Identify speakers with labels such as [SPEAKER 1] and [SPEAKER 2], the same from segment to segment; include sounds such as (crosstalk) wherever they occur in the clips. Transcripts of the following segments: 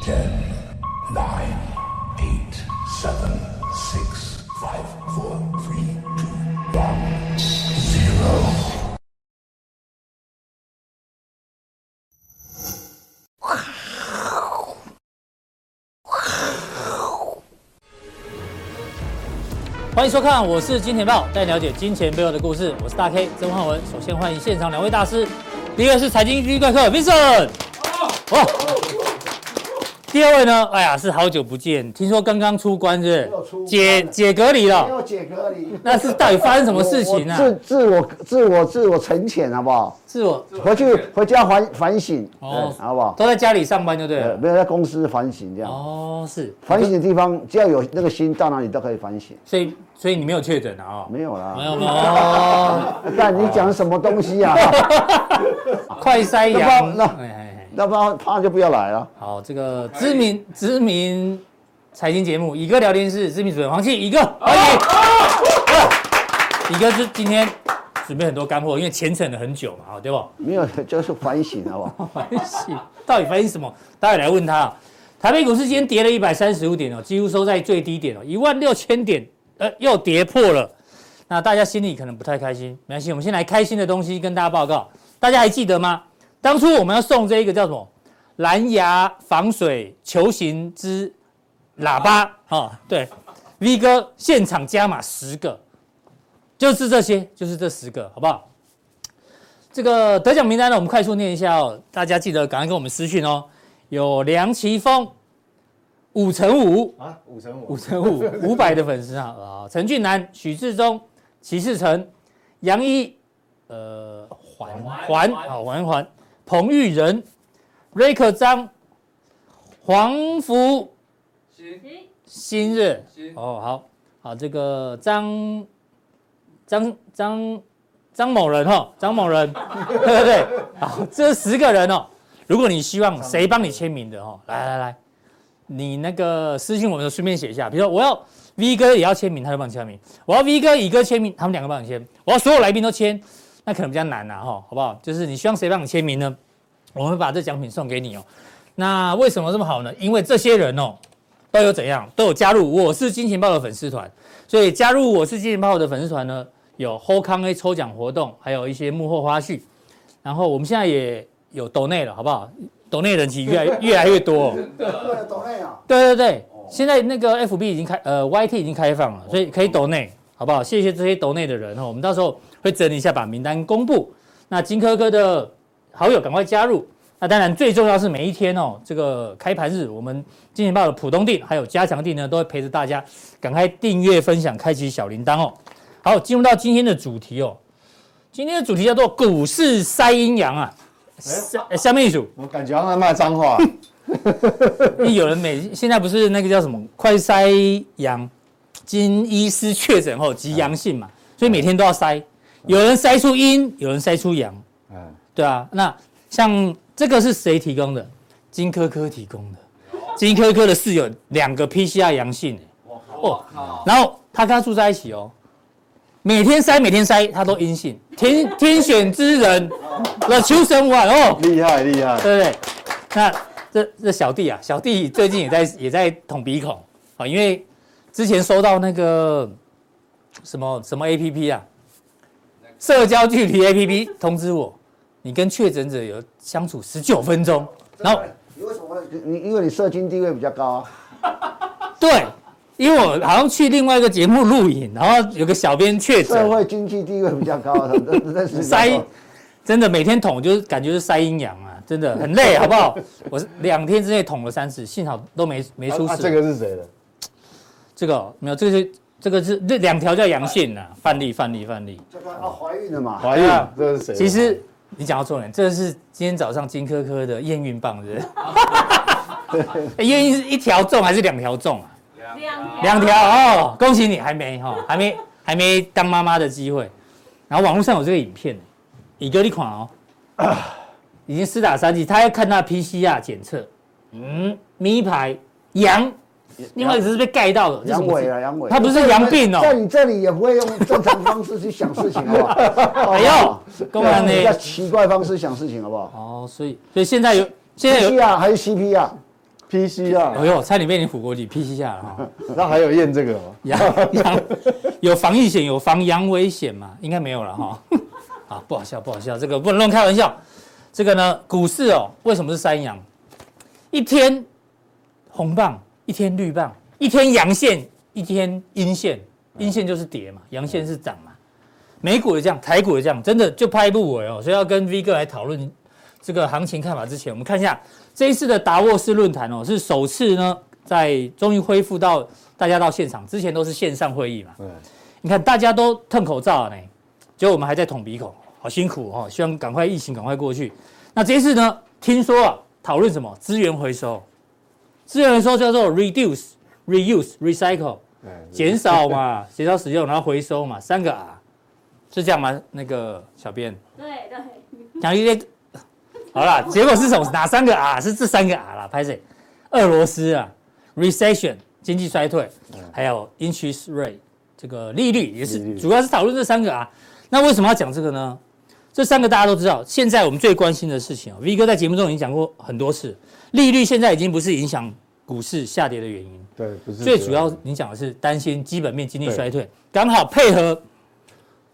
[SPEAKER 1] Ten, nine, eight, seven, six, five, four, three, two, one, zero.
[SPEAKER 2] 欢迎收看，我是金钱豹，带你了解金钱背后的故事。我是大 K 曾焕文。首先欢迎现场两位大师，第一位是财经第一怪客 Vincent，哦，第二位呢，哎呀，是好久不见，听说刚刚出关是
[SPEAKER 3] 没有
[SPEAKER 2] 不是
[SPEAKER 3] 出关
[SPEAKER 2] 解解隔离了，
[SPEAKER 3] (laughs) 要解隔离。
[SPEAKER 2] 那是到底发生什么事
[SPEAKER 3] (laughs)
[SPEAKER 2] 情呢、啊
[SPEAKER 3] 我我自自我自我自我沉潜好不好？
[SPEAKER 2] 是我
[SPEAKER 3] 回去回家反反省，
[SPEAKER 2] 哦
[SPEAKER 3] 哦，好不好？
[SPEAKER 2] 都在家里上班就对
[SPEAKER 3] 呃，
[SPEAKER 2] 了。
[SPEAKER 3] 没有在公司反省这样，
[SPEAKER 2] 哦，是，
[SPEAKER 3] 反省的地方只要有那个心，到哪里都可以反
[SPEAKER 2] (laughs)
[SPEAKER 3] 省。
[SPEAKER 2] 所以所以你没有确诊啊？哦，
[SPEAKER 3] 没有
[SPEAKER 2] 没
[SPEAKER 3] 啦，
[SPEAKER 2] 有没有哦，
[SPEAKER 3] 但你讲什么东西啊？
[SPEAKER 2] 快筛阳，
[SPEAKER 3] (laughs) 那
[SPEAKER 2] 哎
[SPEAKER 3] 不
[SPEAKER 2] 哎哎。
[SPEAKER 3] (laughs) 那不然怕就不要来了。
[SPEAKER 2] 好，这个知名知名财经节目《以哥聊天室》知名主持人黄庆以哥，欢迎。以哥是今天准备很多干货，因为虔诚了很久嘛，哦好对不？
[SPEAKER 3] 没有，就是反省好不好？
[SPEAKER 2] 反省到底反省什么？待会来问他。啊台北股市今天跌了一百三十五点哦，几乎收在最低点哦，一万六千点，呃，又跌破了。那大家心里可能不太开心，没关系，我们先来开心的东西跟大家报告。大家还记得吗？当初我们要送这一个叫什么蓝牙防水球形之喇叭哦，对，V 哥现场加码十个，就是这些，就是这十个，好不好？这个得奖名单呢，我们快速念一下哦，大家记得赶快跟我们私讯哦。有梁奇峰、五乘五啊，五乘 (laughs) 五，五乘五，五百的粉丝啊啊，陈俊南、许志忠、齐世成、杨一，呃，环环啊，环环，彭玉仁、瑞克张、黄福新日哦，好好，这个张张张张某人哈、张某 (laughs) 人，对对对，好，这十个人哦，如果你希望谁帮你签名的哈、哦，来来来，你那个私信我们的时候顺便写一下，比如说我要 V 哥也要签名，他就帮你签名；我要 V 哥、乙哥签名，他们两个帮你签；我要所有来宾都签，那可能比较难啦、啊哈、好不好？就是你希望谁帮你签名呢？我们会把这奖品送给你哦。那为什么这么好呢？因为这些人哦，都有怎样，都有加入我是金钱豹的粉丝团，所以加入我是金钱豹的粉丝团呢，有 h 康 A 抽奖活动，还有一些幕后花絮。然后我们现在也有抖内了，好不好？抖内人气越来越越来越多、哦。
[SPEAKER 3] 对，懂了呀。
[SPEAKER 2] 对对对，现在那个 FB 已经开，呃，YT 已经开放了，所以可以抖内，好不好？谢谢这些抖内的人哈，哦我们到时候会整理一下，把名单公布。那金科科的好友赶快加入。那当然，最重要是每一天哦，这个开盘日，我们金钱豹的浦东店还有加强店呢，都会陪着大家赶快订阅、分享、开启小铃铛哦。好，进入到今天的主题哦，今天的主题叫做股市塞阴阳啊。下下面一组，
[SPEAKER 4] 我感觉好像在骂
[SPEAKER 2] (laughs)
[SPEAKER 4] 脏话，
[SPEAKER 2] 因为有人每现在不是那个叫什么快筛阳，经医师确诊后即阳性嘛，所以每天都要筛，有人筛出阴，有人筛出阳，
[SPEAKER 4] 嗯，
[SPEAKER 2] 对啊。那像这个是谁提供的？金科科提供的，金科科的室友两个 PCR 阳性、哦，然后他跟他住在一起哦，每天筛每天筛他都阴性，天天选之人，The chosen one 哦。
[SPEAKER 4] 厉害厉害，
[SPEAKER 2] 对不对？那这这小弟啊，小弟最近也在也在捅鼻孔啊，因为之前收到那个什么什么 A P P 啊，社交距离 A P P 通知我，你跟确诊者有相处十九分钟，然后
[SPEAKER 3] 你为什么会？你因为你社经地位比较高啊。
[SPEAKER 2] 对，因为我好像去另外一个节目录影，然后有个小编确诊
[SPEAKER 3] 社，会经济地位比较高，真真是
[SPEAKER 2] 塞，真的每天捅就是感觉是塞阴阳啊，真的很累，好不好？我是两天之内捅了三次，幸好都没没出事。
[SPEAKER 4] 啊这个是谁的？
[SPEAKER 2] 这个哦没有，这个是这个是这两条叫阳性呐、范例范例范例。
[SPEAKER 3] 这个啊怀孕了嘛，
[SPEAKER 4] 怀
[SPEAKER 2] 对
[SPEAKER 4] 孕
[SPEAKER 2] 啊，
[SPEAKER 4] 哎这是谁的？
[SPEAKER 2] 其实你讲到重点，这是今天早上金科科的验孕棒，是不 (laughs) 是？欸验孕是一条中还是两条中啊？
[SPEAKER 5] 两
[SPEAKER 2] 两条哦，恭喜你还没哈、哦，还没还没当妈妈的机会。然后网络上有这个影片，以哥你款 (coughs) 哦，已经施打三剂，他要看他 PCR 检测，嗯，咪牌阳，另外一个只是被盖到的，这什
[SPEAKER 3] 阳
[SPEAKER 2] 么
[SPEAKER 3] 痿啊
[SPEAKER 2] 字
[SPEAKER 3] 了，阳痿。
[SPEAKER 2] 他不是阳病哦
[SPEAKER 3] 在你这里也不会用正常方式去想事情，好不好？
[SPEAKER 2] (laughs) 哎呦，啊公然
[SPEAKER 3] 用比较
[SPEAKER 2] 呢？
[SPEAKER 3] 奇怪方式想事情，好不好
[SPEAKER 2] 哦，所以所以现在有现在有
[SPEAKER 3] ？P 啊还是 CP 啊？
[SPEAKER 4] PC 啊
[SPEAKER 2] 哎，呦，差点被你唬过去，PC 下了哈。
[SPEAKER 4] 那还有验这个哦吗？
[SPEAKER 2] 阳阳有防疫险，有防阳危险嘛？应该没有了哈。 (laughs) 啊，不好笑，不好笑，这个不能乱开玩笑。这个呢，股市哦，为什么是三阳？一天红棒，一天绿棒，一天阳线，一天阴线。阴线就是跌嘛，阳线是涨嘛。美股也这样，台股也这样，真的就拍不稳哦。所以要跟 V 哥来讨论这个行情看法之前，我们看一下这一次的达沃斯论坛哦，是首次呢在终于恢复到大家到现场，之前都是线上会议嘛。
[SPEAKER 4] 对，
[SPEAKER 2] 你看大家都蹭口罩呢，结果我们还在捅鼻孔，好辛苦哦。希望赶快疫情赶快过去。那这一次呢，听说啊讨论什么资源回收，资源回收叫做 reduce、reuse、recycle，
[SPEAKER 1] 嗯
[SPEAKER 4] 哎
[SPEAKER 2] 减少嘛，减少使用，然后回收嘛，三个 R，是这样吗？那个小编。
[SPEAKER 5] 对对，
[SPEAKER 2] 讲一些，好啦，结果是什么？哪三个 R 是这三个 R 啦？拍谁？俄罗斯啊，recession 经济衰退，还有 interest rate 这个利率也
[SPEAKER 4] 嗯利
[SPEAKER 2] 是，
[SPEAKER 4] 率
[SPEAKER 2] 主要是讨论这三个 R。那为什么要讲这个呢？这三个大家都知道，现在我们最关心的事情哦，V 哥在节目中已经讲过很多次，利率现在已经不是影响股市下跌的原因，
[SPEAKER 4] 对，不是
[SPEAKER 2] 最主要影响的是担心基本面经济衰退，刚好配合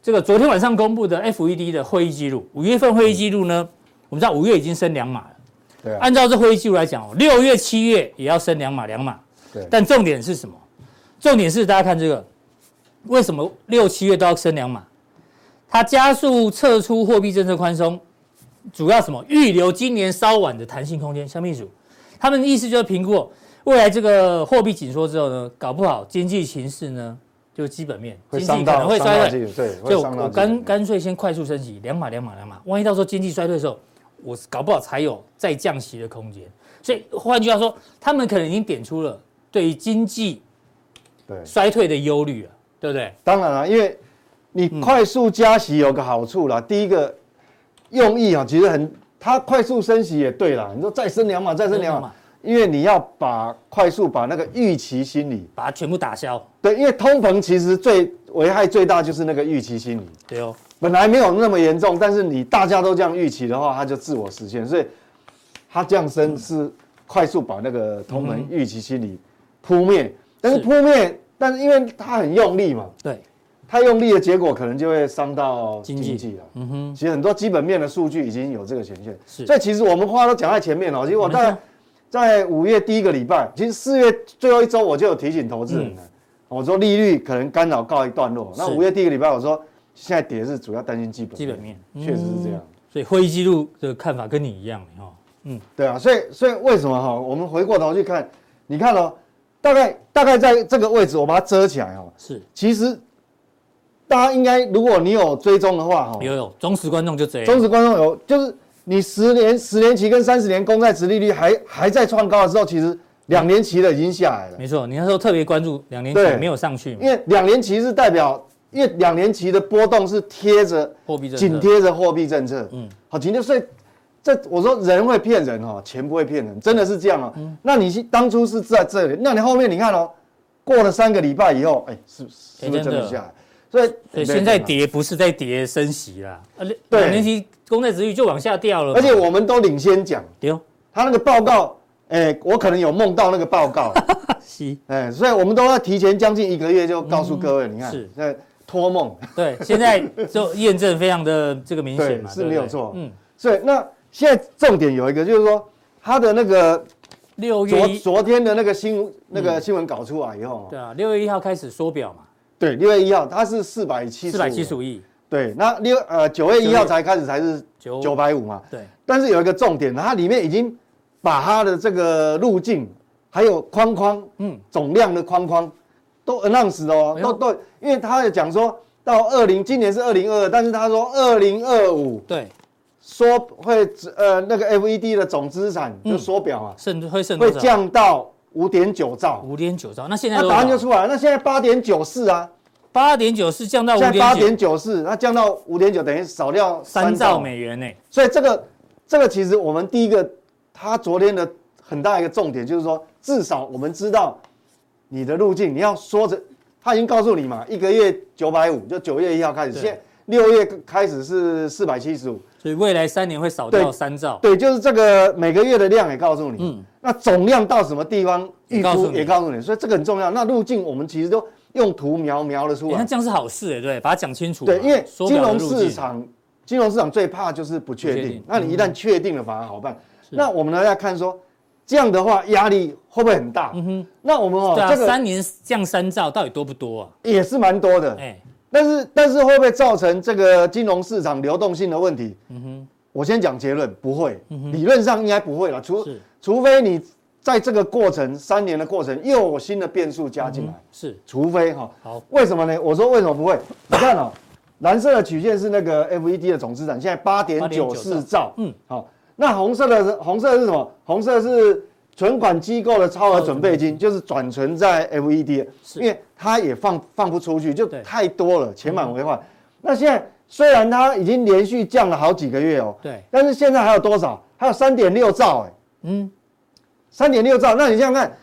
[SPEAKER 2] 这个昨天晚上公布的 FED 的会议记录，五月份会议记录呢，我们知道五月已经升两码了，
[SPEAKER 4] 对啊，
[SPEAKER 2] 按照这会议记录来讲哦，六月、七月也要升两码两码
[SPEAKER 4] 对，
[SPEAKER 2] 但重点是什么？重点是大家看这个，为什么六七月都要升两码？它加速撤出货币政策宽松，主要什么？预留今年稍晚的弹性空间。香秘书，他们的意思就是评估哦未来这个货币紧缩之后呢，搞不好经济形势呢，就是基本面
[SPEAKER 4] 会
[SPEAKER 2] 经济
[SPEAKER 4] 伤
[SPEAKER 2] 可能
[SPEAKER 4] 到
[SPEAKER 2] 会
[SPEAKER 4] 伤
[SPEAKER 2] 衰
[SPEAKER 4] 到
[SPEAKER 2] 退
[SPEAKER 4] 自。己，对，会
[SPEAKER 2] 就
[SPEAKER 4] 伤到
[SPEAKER 2] 我
[SPEAKER 4] 自己
[SPEAKER 2] 干干脆先快速升息，两码两码两码，万一到时候经济衰退的时候，我搞不好才有再降息的空间。所以换句话说，他们可能已经点出了对于经济
[SPEAKER 4] 对，
[SPEAKER 2] 衰退的忧虑了，对不对？
[SPEAKER 4] 当然了，因为你
[SPEAKER 2] 嗯
[SPEAKER 4] 快速加息有个好处啦，第一个用意啊，其实很，它快速升息也对啦，你说再升两码，再升
[SPEAKER 2] 再升
[SPEAKER 4] 两
[SPEAKER 2] 两码
[SPEAKER 4] 码，因为你要把快速把那个预期心理，
[SPEAKER 2] 把它全部打消，
[SPEAKER 4] 对，因为通膨其实最危害最大就是那个预期心理。
[SPEAKER 2] 对哦，
[SPEAKER 4] 本来没有那么严重，但是你大家都这样预期的话，它就自我实现。所以它降生是快速把那个同盟预期心理扑灭，但是
[SPEAKER 2] 是
[SPEAKER 4] 扑灭，但是因为它很用力嘛，
[SPEAKER 2] 对，
[SPEAKER 4] 它用力的结果可能就会伤到
[SPEAKER 2] 经
[SPEAKER 4] 经
[SPEAKER 2] 济
[SPEAKER 4] 济了。嗯哼，其实很多基本面的数据已经有这个显现，
[SPEAKER 2] 是
[SPEAKER 4] 所以其实我们话都讲在前面哦了。其实我
[SPEAKER 2] 没
[SPEAKER 4] 在
[SPEAKER 2] 错
[SPEAKER 4] 在五月第一个礼拜，其实四月最后一周我就有提醒投资人了，我说利率可能干扰告一段落。那
[SPEAKER 2] 嗯是
[SPEAKER 4] 五月第一个礼拜我说现在跌是主要担心基本
[SPEAKER 2] 基本面嗯
[SPEAKER 4] 确实是这样。
[SPEAKER 2] 所以会议记录的看法跟你一样哦，嗯，
[SPEAKER 4] 对啊，所以所以为什么哈？我们回过头去看，你看哦，大概大概在这个位置，我把它遮起来哦。
[SPEAKER 2] 是
[SPEAKER 4] 其实大家应该，如果你有追踪的话哦哈，
[SPEAKER 2] 有有忠实观众就这样，
[SPEAKER 4] 忠实观众有，就是你十年、十年期跟三十年公债值利率还还在创高的时候，其实两年期的已经下来了，
[SPEAKER 2] 没错，你那时候特别关注两年前
[SPEAKER 4] 对
[SPEAKER 2] 没有上去嘛
[SPEAKER 4] 因，为两年期是代表，因为两年期的波动是贴着
[SPEAKER 2] 货币政策
[SPEAKER 4] 紧贴着货币政策，
[SPEAKER 2] 嗯
[SPEAKER 4] 嗯，好紧贴，所以这我说人会骗人哦，钱不会骗人，真的是这样哦。
[SPEAKER 2] 嗯
[SPEAKER 4] 那你是当初是在这里，那你后面你看哦，过了三个礼拜以后，哎，是
[SPEAKER 2] 哎
[SPEAKER 4] 是不是
[SPEAKER 2] 真
[SPEAKER 4] 真
[SPEAKER 2] 的
[SPEAKER 4] 的下来？所以
[SPEAKER 2] 所以现在跌不是在跌升息啦，呃，
[SPEAKER 4] 对
[SPEAKER 2] 两年期公债值率就往下掉了嘛，哦
[SPEAKER 4] 而且我们都领先讲，
[SPEAKER 2] 丢
[SPEAKER 4] 他那个报告，哎，我可能有梦到那个报告。 (laughs)
[SPEAKER 2] 息。
[SPEAKER 4] 哎，所以我们都要提前将近一个月就告诉各位，你看
[SPEAKER 2] 嗯是
[SPEAKER 4] 现在托梦，
[SPEAKER 2] 对，现在就验证非常的这个明显嘛，对不对
[SPEAKER 4] 对是没有错
[SPEAKER 2] 嗯，
[SPEAKER 4] 所以那现在重点有一个就是说，他的那个
[SPEAKER 2] 六月
[SPEAKER 4] 昨
[SPEAKER 2] 一，嗯
[SPEAKER 4] 昨天的那个新那个新闻搞出来以后，
[SPEAKER 2] 对啊，六月一号开始缩表嘛，
[SPEAKER 4] 对，六月一号它是四百七
[SPEAKER 2] 四百七十五，亿，
[SPEAKER 4] 对，那六呃九月一号才开始才是
[SPEAKER 2] 九
[SPEAKER 4] 九百五嘛，
[SPEAKER 2] 对，
[SPEAKER 4] 但是有一个重点，它里面已经把它的这个路径还有框框，
[SPEAKER 2] 嗯
[SPEAKER 4] 嗯，总量的框框都 announce 了哦
[SPEAKER 2] 哎，呦
[SPEAKER 4] 都都，因为他有讲说到二零，今年是二零二，但是他说二零二五
[SPEAKER 2] 对，
[SPEAKER 4] 缩会呃那个 FED 的总资产
[SPEAKER 2] 嗯
[SPEAKER 4] 就缩表啊，
[SPEAKER 2] 剩会剩
[SPEAKER 4] 会
[SPEAKER 2] 多少？
[SPEAKER 4] 降到五点九兆，
[SPEAKER 2] 嗯五点九兆，那现在
[SPEAKER 4] 那
[SPEAKER 2] 多
[SPEAKER 4] 答
[SPEAKER 2] 少
[SPEAKER 4] 案就出来了，那现在八点九四啊，
[SPEAKER 2] 八点九是降到五
[SPEAKER 4] 现在八
[SPEAKER 2] 点
[SPEAKER 4] 点
[SPEAKER 2] 九
[SPEAKER 4] 九四，它降到五点九，等于少掉
[SPEAKER 2] 三兆
[SPEAKER 4] 美。
[SPEAKER 2] 美元呢，
[SPEAKER 4] 所以这个这个其实我们第一个，他昨天的很大一个重点就是说，至少我们知道你的路径，你要说着，他已经告诉你嘛，一个月九百五，就九月一号开始，
[SPEAKER 2] 对
[SPEAKER 4] 现在六月开始是四百七十五，
[SPEAKER 2] 所以未来三年会少掉
[SPEAKER 4] 对
[SPEAKER 2] 三兆。
[SPEAKER 4] 对，就是这个每个月的量也告诉你，那总量到什么地方
[SPEAKER 2] 嗯也
[SPEAKER 4] 预
[SPEAKER 2] 告诉
[SPEAKER 4] 估
[SPEAKER 2] 你
[SPEAKER 4] 也告诉你，所以这个很重要。那路径我们其实都用图描描了出
[SPEAKER 2] 你看
[SPEAKER 4] 来，
[SPEAKER 2] 这样是好事哎，对，把它讲清楚嘛。
[SPEAKER 4] 对，因为
[SPEAKER 2] 缩
[SPEAKER 4] 金
[SPEAKER 2] 表的
[SPEAKER 4] 融
[SPEAKER 2] 路
[SPEAKER 4] 市
[SPEAKER 2] 径
[SPEAKER 4] 场，金融市场最怕就是不确
[SPEAKER 2] 不确
[SPEAKER 4] 定
[SPEAKER 2] 定。
[SPEAKER 4] 那你一旦确定了，反而好办。那我们呢要看说，这样的话压力会不会很大？那我们
[SPEAKER 2] 嗯对
[SPEAKER 4] 哦，
[SPEAKER 2] 啊，
[SPEAKER 4] 这个
[SPEAKER 2] 三年降三兆到底多不多啊？
[SPEAKER 4] 也是蛮多的。
[SPEAKER 2] 哎，
[SPEAKER 4] 但是但是会不会造成这个金融市场流动性的问题？
[SPEAKER 2] 嗯
[SPEAKER 4] 我先讲结论，不会，理论上应该不会了，除
[SPEAKER 2] 是
[SPEAKER 4] 除非你在这个过程三年的过程又有新的变数加
[SPEAKER 2] 嗯
[SPEAKER 4] 进来，
[SPEAKER 2] 是
[SPEAKER 4] 除非哈、
[SPEAKER 2] 好
[SPEAKER 4] 为什么呢？我说为什么不 (laughs) 会？你看哦，蓝色的曲线是那个 FED 的总资产，现在八点九四
[SPEAKER 2] 8.94
[SPEAKER 4] 兆，
[SPEAKER 2] 嗯
[SPEAKER 4] 嗯，好、那红色的是红色的是什么？红色是存款机构的超额准备金，就是转存在 FED，的
[SPEAKER 2] 是
[SPEAKER 4] 因为它也放放不出去，就
[SPEAKER 2] 对
[SPEAKER 4] 太多了，钱满为患。那现在虽然它已经连续降了好几个月哦，
[SPEAKER 2] 对
[SPEAKER 4] 但是现在还有多少？还有三点六兆哎、
[SPEAKER 2] 嗯，
[SPEAKER 4] 三点六兆，那你想想看，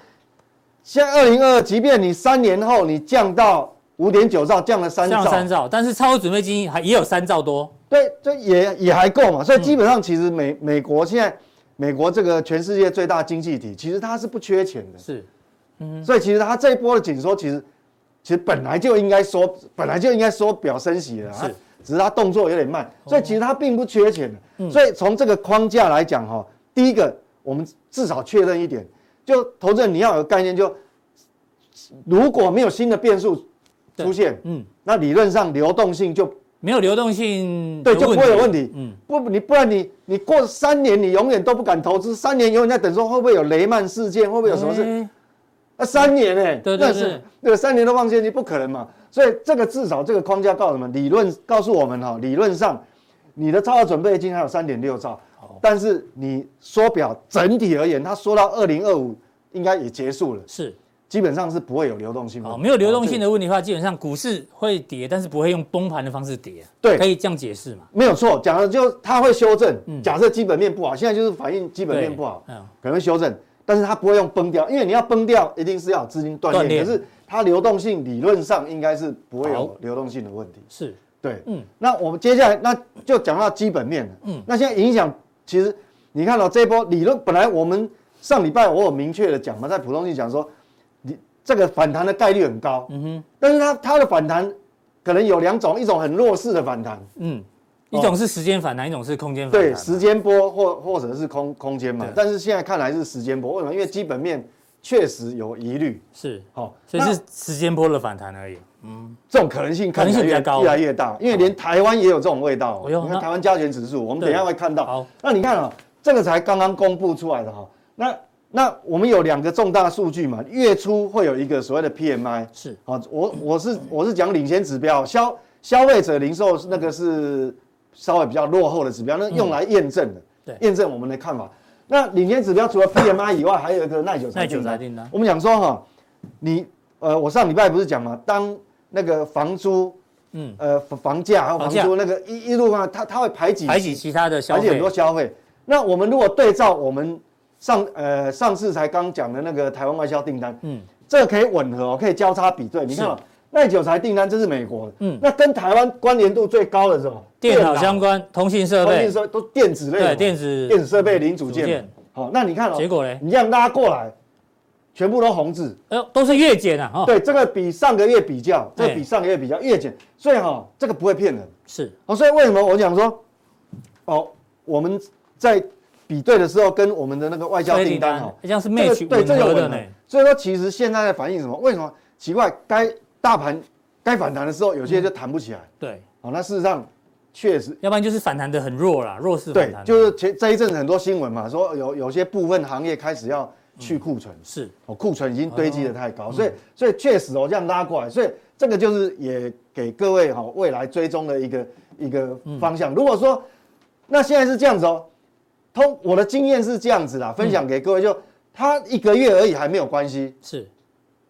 [SPEAKER 4] 现在二零二，即便你三年后你降到五点九兆，降了三
[SPEAKER 2] 降
[SPEAKER 4] 兆，
[SPEAKER 2] 了三兆，但是超额准备金还也有三兆多，
[SPEAKER 4] 对，这也也还够嘛。所以
[SPEAKER 2] 嗯
[SPEAKER 4] 基本上，其实美、美国现在，美国这个全世界最大经济体，其实它是不缺钱的。
[SPEAKER 2] 是
[SPEAKER 4] 所以其实它这一波的紧缩，其实其实本来就应该缩，本来就应该缩表升息了，它
[SPEAKER 2] 是
[SPEAKER 4] 只是它动作有点慢，所以其实它并不缺钱的。所以从这个框架来讲哈，第一个我们至少确认一点，就投资人你要有个概念就，如果没有新的变数
[SPEAKER 2] 对
[SPEAKER 4] 出现，
[SPEAKER 2] 嗯，
[SPEAKER 4] 那理论上流动性就
[SPEAKER 2] 没有流动性
[SPEAKER 4] 对，
[SPEAKER 2] 的
[SPEAKER 4] 就不会有问题。
[SPEAKER 2] 嗯，
[SPEAKER 4] 不，你不然你你过三年，你永远都不敢投资，三年永远在等说会不会有雷曼事件，会不会有什么事？
[SPEAKER 2] 哎
[SPEAKER 4] 啊，三年哎、
[SPEAKER 2] 对对
[SPEAKER 4] 那
[SPEAKER 2] 对
[SPEAKER 4] 是对三年都放现金不可能嘛，所以这个至少这个框架告诉我们，理论告诉我们哈、理论上你的超额准备金还有三点六兆，但是你缩表整体而言，它缩到二零二五应该也结束了，
[SPEAKER 2] 是
[SPEAKER 4] 基本上是不会有流动性问
[SPEAKER 2] 好，
[SPEAKER 4] 题
[SPEAKER 2] 没有流动性
[SPEAKER 4] 哦
[SPEAKER 2] 的问题的话，基本上股市会跌，但是不会用崩盘的方式跌，啊
[SPEAKER 4] 对
[SPEAKER 2] 可以这样解释嘛？
[SPEAKER 4] 这没有错，讲的就是它会修正。假设基本面不好，现在就是反映基本面不好，
[SPEAKER 2] 嗯对嗯
[SPEAKER 4] 可能会修正，但是它不会用崩掉，因为你要崩掉一定是要有资金断
[SPEAKER 2] 断裂
[SPEAKER 4] 裂，可是它流动性理论上应该是不会
[SPEAKER 2] 好
[SPEAKER 4] 有流动性的问题。
[SPEAKER 2] 是
[SPEAKER 4] 对，
[SPEAKER 2] 嗯
[SPEAKER 4] 嗯，那我们接下来那就讲到基本面了，嗯，那现在影响其实你看到、这一波理论，本来我们上礼拜我有明确的讲嘛，在普通性讲说，你这个反弹的概率很高，嗯哼，但是它它的反弹可能有两种，一种很弱势的反弹，
[SPEAKER 2] 嗯，一种是时间反弹，一种是空间反弹
[SPEAKER 4] 哦对，
[SPEAKER 2] 嘛。
[SPEAKER 4] 时间波或或者是空空间嘛
[SPEAKER 2] 对，
[SPEAKER 4] 但是现在看来是时间波，为什么？因为基本面确实有疑虑，
[SPEAKER 2] 是，
[SPEAKER 4] 好、
[SPEAKER 2] 所以是时间波的反弹而已。
[SPEAKER 4] 这种可能性看
[SPEAKER 2] 可能
[SPEAKER 4] 起
[SPEAKER 2] 性
[SPEAKER 4] 来
[SPEAKER 2] 比
[SPEAKER 4] 越
[SPEAKER 2] 较高
[SPEAKER 4] 越来越大，因为连台湾也有这种味道
[SPEAKER 2] 哎
[SPEAKER 4] 哦。
[SPEAKER 2] 呦
[SPEAKER 4] 你
[SPEAKER 2] 那
[SPEAKER 4] 看台湾加权指数，我们
[SPEAKER 2] 对
[SPEAKER 4] 等一下会看到。
[SPEAKER 2] 好，
[SPEAKER 4] 那你看啊、这个才刚刚公布出来的哈、那那我们有两个重大数据嘛，月初会有一个所谓的 PMI，
[SPEAKER 2] 是
[SPEAKER 4] 好、哦我我是我是讲领先指标，消消费者零售那个是稍微比较落后的指标，那用来验证的，
[SPEAKER 2] 嗯对
[SPEAKER 4] 验证我们的看法。那领先指标除了 PMI 以外，还有一个耐久
[SPEAKER 2] 耐
[SPEAKER 4] 材
[SPEAKER 2] 久
[SPEAKER 4] 订
[SPEAKER 2] 材
[SPEAKER 4] 单。
[SPEAKER 2] 订单
[SPEAKER 4] 我们讲说哈、你呃，我上礼拜不是讲嘛，当那个房租，
[SPEAKER 2] 嗯
[SPEAKER 4] 嗯，呃，房房价还有
[SPEAKER 2] 房
[SPEAKER 4] 房
[SPEAKER 2] 价
[SPEAKER 4] 租那个一一路啊，它它会排挤
[SPEAKER 2] 排挤其他的消
[SPEAKER 4] 而且
[SPEAKER 2] 费
[SPEAKER 4] 很多，消费。那我们如果对照我们上呃上次才刚讲的那个台湾外销订单，
[SPEAKER 2] 嗯
[SPEAKER 4] 嗯，这个可以吻合、哦，可以交叉比对。你看、哦，耐久材订单这是美国的，
[SPEAKER 2] 嗯
[SPEAKER 4] 嗯，那跟台湾关联度最高的是什么？
[SPEAKER 2] 电脑相关、通信设
[SPEAKER 4] 关键
[SPEAKER 2] 备，
[SPEAKER 4] 说都电子类的嘛，
[SPEAKER 2] 对电子
[SPEAKER 4] 电子设备零组
[SPEAKER 2] 组件
[SPEAKER 4] 件嘛。好，那你看哦，
[SPEAKER 2] 结果嘞
[SPEAKER 4] 你这样拉过来，全部都红字。
[SPEAKER 2] 哎呦，都是月减啊，哈，
[SPEAKER 4] 对，这个比上个月比较，这个
[SPEAKER 2] 哎
[SPEAKER 4] 比上个月比较月减，所以哈、这个不会骗人。
[SPEAKER 2] 是
[SPEAKER 4] 哦，所以为什么我讲说，哦，我们在比对的时候，跟我们的那个外销订单哦，
[SPEAKER 2] 这样是
[SPEAKER 4] 这
[SPEAKER 2] match
[SPEAKER 4] 个对这
[SPEAKER 2] 吻
[SPEAKER 4] 个
[SPEAKER 2] 合
[SPEAKER 4] 吻
[SPEAKER 2] 的
[SPEAKER 4] 合
[SPEAKER 2] 呢，。
[SPEAKER 4] 所以说，其实现在在反映什么？为什么奇怪？该大盘该反弹的时候，有些
[SPEAKER 2] 嗯
[SPEAKER 4] 就弹不起来。
[SPEAKER 2] 对，
[SPEAKER 4] 哦，那事实上确实
[SPEAKER 2] 要不然就是反弹的很弱啦，弱势反
[SPEAKER 4] 对
[SPEAKER 2] 弹，，啊
[SPEAKER 4] 就是前这一阵子很多新闻嘛，说有有些部分行业开始要
[SPEAKER 2] 嗯
[SPEAKER 4] 去库存。
[SPEAKER 2] 是
[SPEAKER 4] 哦，库存已经堆积的太
[SPEAKER 2] 哦嗯
[SPEAKER 4] 高，所以所以确实哦，这样拉过来，所以这个就是也给各位哈、哦、未来追踪的一个一个
[SPEAKER 2] 嗯
[SPEAKER 4] 方向。如果说那现在是这样子哦，通我的经验是这样子啦，分
[SPEAKER 2] 嗯
[SPEAKER 4] 享给各位就，它一个月而已还没有关系，
[SPEAKER 2] 是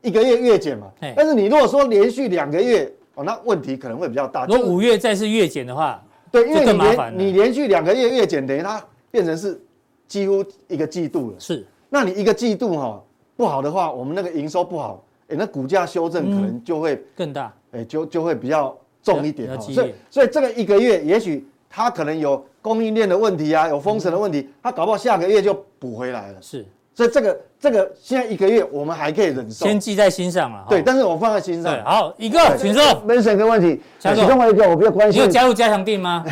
[SPEAKER 4] 一个月月减嘛
[SPEAKER 2] 嘿。
[SPEAKER 4] 但是你如果说连续两个月哦，那问题可能会比较大。
[SPEAKER 2] 如
[SPEAKER 4] 啊就
[SPEAKER 2] 果
[SPEAKER 4] 是
[SPEAKER 2] 五月再是月减的话，
[SPEAKER 4] 对，因
[SPEAKER 2] 就
[SPEAKER 4] 为
[SPEAKER 2] 更
[SPEAKER 4] 你
[SPEAKER 2] 麻烦了
[SPEAKER 4] 连你连续两个月月减，等于它变成是几乎一个季度了。
[SPEAKER 2] 是
[SPEAKER 4] 那你一个季度哈、不好的话，我们那个营收不好，哎、那股价修正可能就会，
[SPEAKER 2] 更大，
[SPEAKER 4] 哎、就就会比较重一点
[SPEAKER 2] 比较
[SPEAKER 4] 哈、
[SPEAKER 2] 激烈
[SPEAKER 4] 所以所以这个一个月，也许它可能有供应链的问
[SPEAKER 2] 嗯
[SPEAKER 4] 题啊，有封城的问题，它搞不好下个月就补回来了。
[SPEAKER 2] 是
[SPEAKER 4] 所以这个这个现在一个月我们还可以忍受，
[SPEAKER 2] 先记在心上了。
[SPEAKER 4] 对，
[SPEAKER 2] 哈
[SPEAKER 4] 但是我放在心
[SPEAKER 2] 对，
[SPEAKER 4] 上。
[SPEAKER 2] 好，一个，请坐。
[SPEAKER 3] 门神的问题，
[SPEAKER 2] 强
[SPEAKER 3] 其
[SPEAKER 2] 哥
[SPEAKER 3] 中还有一个我比较关
[SPEAKER 2] 你
[SPEAKER 3] 心
[SPEAKER 2] 有，加入加强定
[SPEAKER 4] (laughs)
[SPEAKER 2] 吗？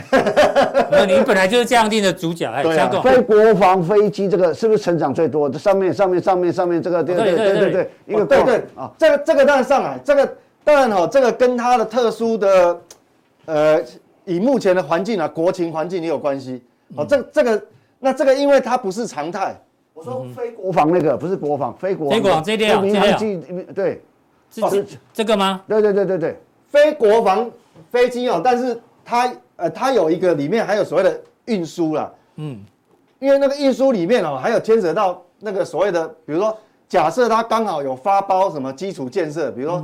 [SPEAKER 2] 没有，你本来就是加强定的主角。哎，
[SPEAKER 4] 对啊
[SPEAKER 2] 加购。
[SPEAKER 3] 飞国防飞机这个是不是成长最多？这上面上面上面上面这个哦对
[SPEAKER 2] 这里
[SPEAKER 3] 对
[SPEAKER 2] 这里
[SPEAKER 3] 对
[SPEAKER 2] 这
[SPEAKER 3] 对对
[SPEAKER 2] 里，
[SPEAKER 3] 一个
[SPEAKER 4] 对
[SPEAKER 3] 框
[SPEAKER 4] 对啊，这个这个当然上来，这个当然哈、这个跟它的特殊的，呃，以目前的环境啊，国情环境也有关系。哦，这这个那这个因为它不是常态，
[SPEAKER 3] 我说非国防那个不是国防，非嗯国防
[SPEAKER 2] 非国防这一类啊
[SPEAKER 3] 对民
[SPEAKER 2] 这一类啊
[SPEAKER 3] 航机对
[SPEAKER 2] 这这这个吗？
[SPEAKER 3] 对对对对对，
[SPEAKER 4] 非国防飞机哦，但是它呃它有一个里面还有所谓的运输啦，
[SPEAKER 2] 嗯，
[SPEAKER 4] 因为那个运输里面哦，还有牵扯到那个所谓的，比如说，假设它刚好有发包什么基础建设，比如说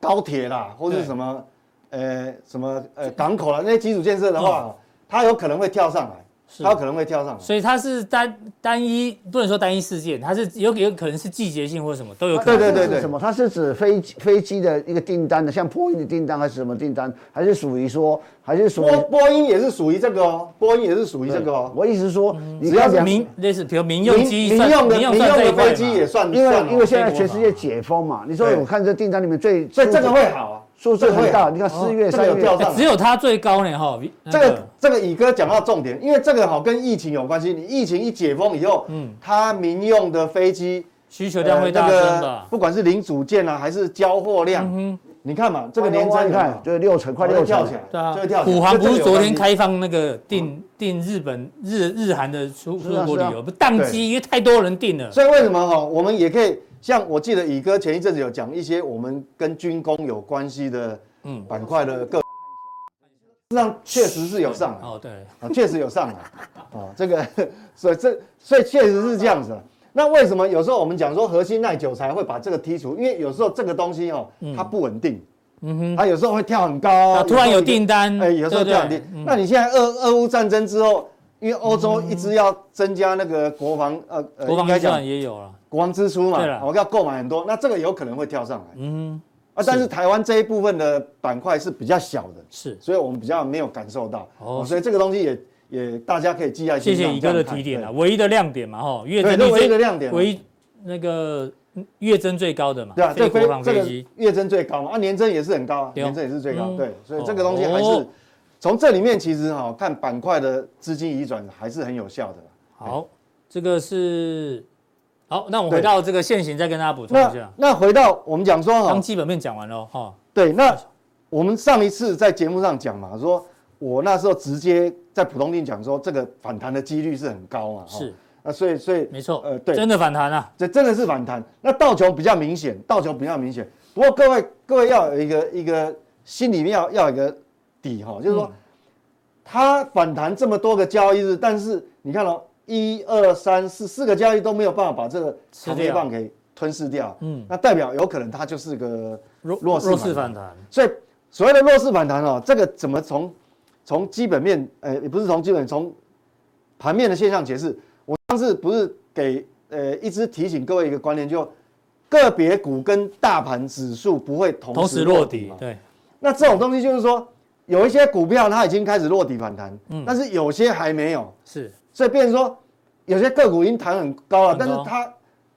[SPEAKER 4] 高铁啦，或是什么呃什么呃港口啦那些基础建设的话，哦它有可能会跳上来，它有可能会跳上来。
[SPEAKER 2] 所以它是单单一，不能说单一事件，它是有有可能是季节性或什么都有可能。
[SPEAKER 4] 对对对
[SPEAKER 3] 它是指什么？它是指飞机飞机的一个订单的，像波音的订单还是什么订单？还是属于说还是属于
[SPEAKER 4] 波波音也是属于这个哦，波音也是属于这个哦。
[SPEAKER 3] 我意思是说，你
[SPEAKER 4] 只要
[SPEAKER 3] 要
[SPEAKER 4] 是
[SPEAKER 3] 讲，
[SPEAKER 2] 民类似，比如民用
[SPEAKER 4] 民
[SPEAKER 2] 机
[SPEAKER 4] 民
[SPEAKER 2] 算
[SPEAKER 4] 用的
[SPEAKER 2] 民
[SPEAKER 4] 民
[SPEAKER 2] 算
[SPEAKER 4] 用
[SPEAKER 2] 这一
[SPEAKER 4] 的
[SPEAKER 2] 块
[SPEAKER 4] 飞机
[SPEAKER 2] 嘛
[SPEAKER 4] 也算，
[SPEAKER 3] 因
[SPEAKER 4] 算
[SPEAKER 3] 为
[SPEAKER 4] 哦
[SPEAKER 3] 因为现在
[SPEAKER 4] 非国
[SPEAKER 3] 全
[SPEAKER 4] 防
[SPEAKER 3] 世界解封嘛，你说
[SPEAKER 4] 对
[SPEAKER 3] 我看这订单里面最
[SPEAKER 4] 所以
[SPEAKER 3] 数
[SPEAKER 4] 这
[SPEAKER 3] 字
[SPEAKER 4] 个会好啊，
[SPEAKER 3] 数字
[SPEAKER 4] 这个会
[SPEAKER 3] 很大，
[SPEAKER 4] 好
[SPEAKER 3] 你看四
[SPEAKER 4] 哦
[SPEAKER 3] 月
[SPEAKER 4] 这个
[SPEAKER 3] 三
[SPEAKER 4] 有
[SPEAKER 3] 月
[SPEAKER 4] 跳上
[SPEAKER 2] 哎
[SPEAKER 4] 来
[SPEAKER 2] 只。有它最高呢哈。那
[SPEAKER 4] 这个这个乙哥讲到重点，因为这个哈、跟疫情有关系。你疫情一解封以后，嗯，它民用的飞机
[SPEAKER 2] 需求量会大
[SPEAKER 4] 呃
[SPEAKER 2] 增
[SPEAKER 4] 那
[SPEAKER 2] 吧嗯
[SPEAKER 4] 个？不管是零组件啊，还是交货量，你看嘛，这个年
[SPEAKER 3] 哇
[SPEAKER 4] 增
[SPEAKER 3] 哦你看，就是六成快
[SPEAKER 4] 快就
[SPEAKER 3] 六成
[SPEAKER 4] 跳起，来，
[SPEAKER 2] 对啊
[SPEAKER 4] 就会跳，起来。
[SPEAKER 2] 虎航不
[SPEAKER 4] 这
[SPEAKER 2] 是
[SPEAKER 4] 个有
[SPEAKER 2] 昨天
[SPEAKER 4] 关系，
[SPEAKER 2] 开放那个订订日本日日韩的出出
[SPEAKER 3] 是啊
[SPEAKER 2] 国
[SPEAKER 3] 是啊
[SPEAKER 2] 旅游，不宕机，因为太多人订了。
[SPEAKER 4] 所以为什么哈、我们也可以像我记得乙哥前一阵子有讲一些我们跟军工有关系的
[SPEAKER 2] 嗯
[SPEAKER 4] 板块的各，事实上确实是有上来。
[SPEAKER 2] 哦，对，
[SPEAKER 4] 啊，确实有上来，啊，这个，所以这，所以确实是这样子的。那为什么有时候我们讲说核心耐久材会把这个剔除？因为有时候这个东西哦，它不稳定，嗯哼，它有时候会跳很高
[SPEAKER 2] 啊，突然有
[SPEAKER 4] 时候
[SPEAKER 2] 订单
[SPEAKER 4] 哎，有时
[SPEAKER 2] 对不
[SPEAKER 4] 候
[SPEAKER 2] 对
[SPEAKER 4] 跳很低
[SPEAKER 2] 嗯。
[SPEAKER 4] 那你现在俄俄乌战争之后，因为欧洲一直要增加那个国防，呃，呃
[SPEAKER 2] 国防
[SPEAKER 4] 应该
[SPEAKER 2] 预
[SPEAKER 4] 讲
[SPEAKER 2] 算也有啊了，
[SPEAKER 4] 国防支出嘛
[SPEAKER 2] 对了，
[SPEAKER 4] 我要购买很多，那这个有可能会跳上来
[SPEAKER 2] 嗯，
[SPEAKER 4] 啊。但是台湾这一部分的板块是比较小的，
[SPEAKER 2] 是，
[SPEAKER 4] 所以我们比较没有感受到。
[SPEAKER 2] 哦
[SPEAKER 4] 哦，所以这个东西也也大家可以记在
[SPEAKER 2] 谢
[SPEAKER 4] 心上。
[SPEAKER 2] 谢乙哥的
[SPEAKER 4] 这样看
[SPEAKER 2] 提点啊，
[SPEAKER 4] 哎对
[SPEAKER 2] 唯一的亮点嘛，哈，月
[SPEAKER 4] 对
[SPEAKER 2] 增
[SPEAKER 4] 这
[SPEAKER 2] 率
[SPEAKER 4] 唯一
[SPEAKER 2] 最
[SPEAKER 4] 的亮点嘛啊
[SPEAKER 2] 唯一那个嗯月增最高的嘛，
[SPEAKER 4] 对啊，这
[SPEAKER 2] 非国
[SPEAKER 4] 个
[SPEAKER 2] 防
[SPEAKER 4] 这
[SPEAKER 2] 飞
[SPEAKER 4] 个
[SPEAKER 2] 机，
[SPEAKER 4] 月增最高嘛，啊，年增也是很高啊，
[SPEAKER 2] 对哦
[SPEAKER 4] 年增也是最高
[SPEAKER 2] 嗯。
[SPEAKER 4] 对，所以这个东西还
[SPEAKER 2] 哦
[SPEAKER 4] 是从这里面其实哈，看板块的资金移转还是很有效的啦。
[SPEAKER 2] 好，这个是好，那我回到这个现行再跟大家补充一
[SPEAKER 4] 那
[SPEAKER 2] 下，
[SPEAKER 4] 那回到我们讲说哈
[SPEAKER 2] 刚，基本面讲完了哈，
[SPEAKER 4] 对，那我们上一次在节目上讲嘛，说我那时候直接在普通定讲说这个反弹的几率是很高嘛，哈
[SPEAKER 2] 是，
[SPEAKER 4] 啊，所以所以
[SPEAKER 2] 没错，
[SPEAKER 4] 呃，对，
[SPEAKER 2] 真的反弹啊，
[SPEAKER 4] 这真的是反弹。那道琼比较明显，道琼比较明显。不过各位各位要有一个一个心里面要要有一个底哈、就是说、它反弹这么多个交易日，但是你看哦，一二三四四个交易都没有办法把这个
[SPEAKER 2] 吃
[SPEAKER 4] 长黑
[SPEAKER 2] 掉
[SPEAKER 4] 棒给吞噬掉，
[SPEAKER 2] 嗯
[SPEAKER 4] 嗯，那代表有可能它就是个
[SPEAKER 2] 弱
[SPEAKER 4] 弱势
[SPEAKER 2] 弱势
[SPEAKER 4] 反
[SPEAKER 2] 反弹，
[SPEAKER 4] 所以所谓的弱势反弹哦，这个怎么从从基本面，呃，也不是从基本，从盘面的现象解释。我上次不是给呃一直提醒各位一个观念，就个别股跟大盘指数不会同
[SPEAKER 2] 同
[SPEAKER 4] 时
[SPEAKER 2] 时
[SPEAKER 4] 落
[SPEAKER 2] 落
[SPEAKER 4] 底
[SPEAKER 2] 底
[SPEAKER 4] 嘛，。
[SPEAKER 2] 对，
[SPEAKER 4] 那这种东西就是说，有一些股票它已经开始落底反弹，但是有些还没有，
[SPEAKER 2] 是
[SPEAKER 4] 所以变成说有些个股已经弹很高了，
[SPEAKER 2] 很高
[SPEAKER 4] 但是它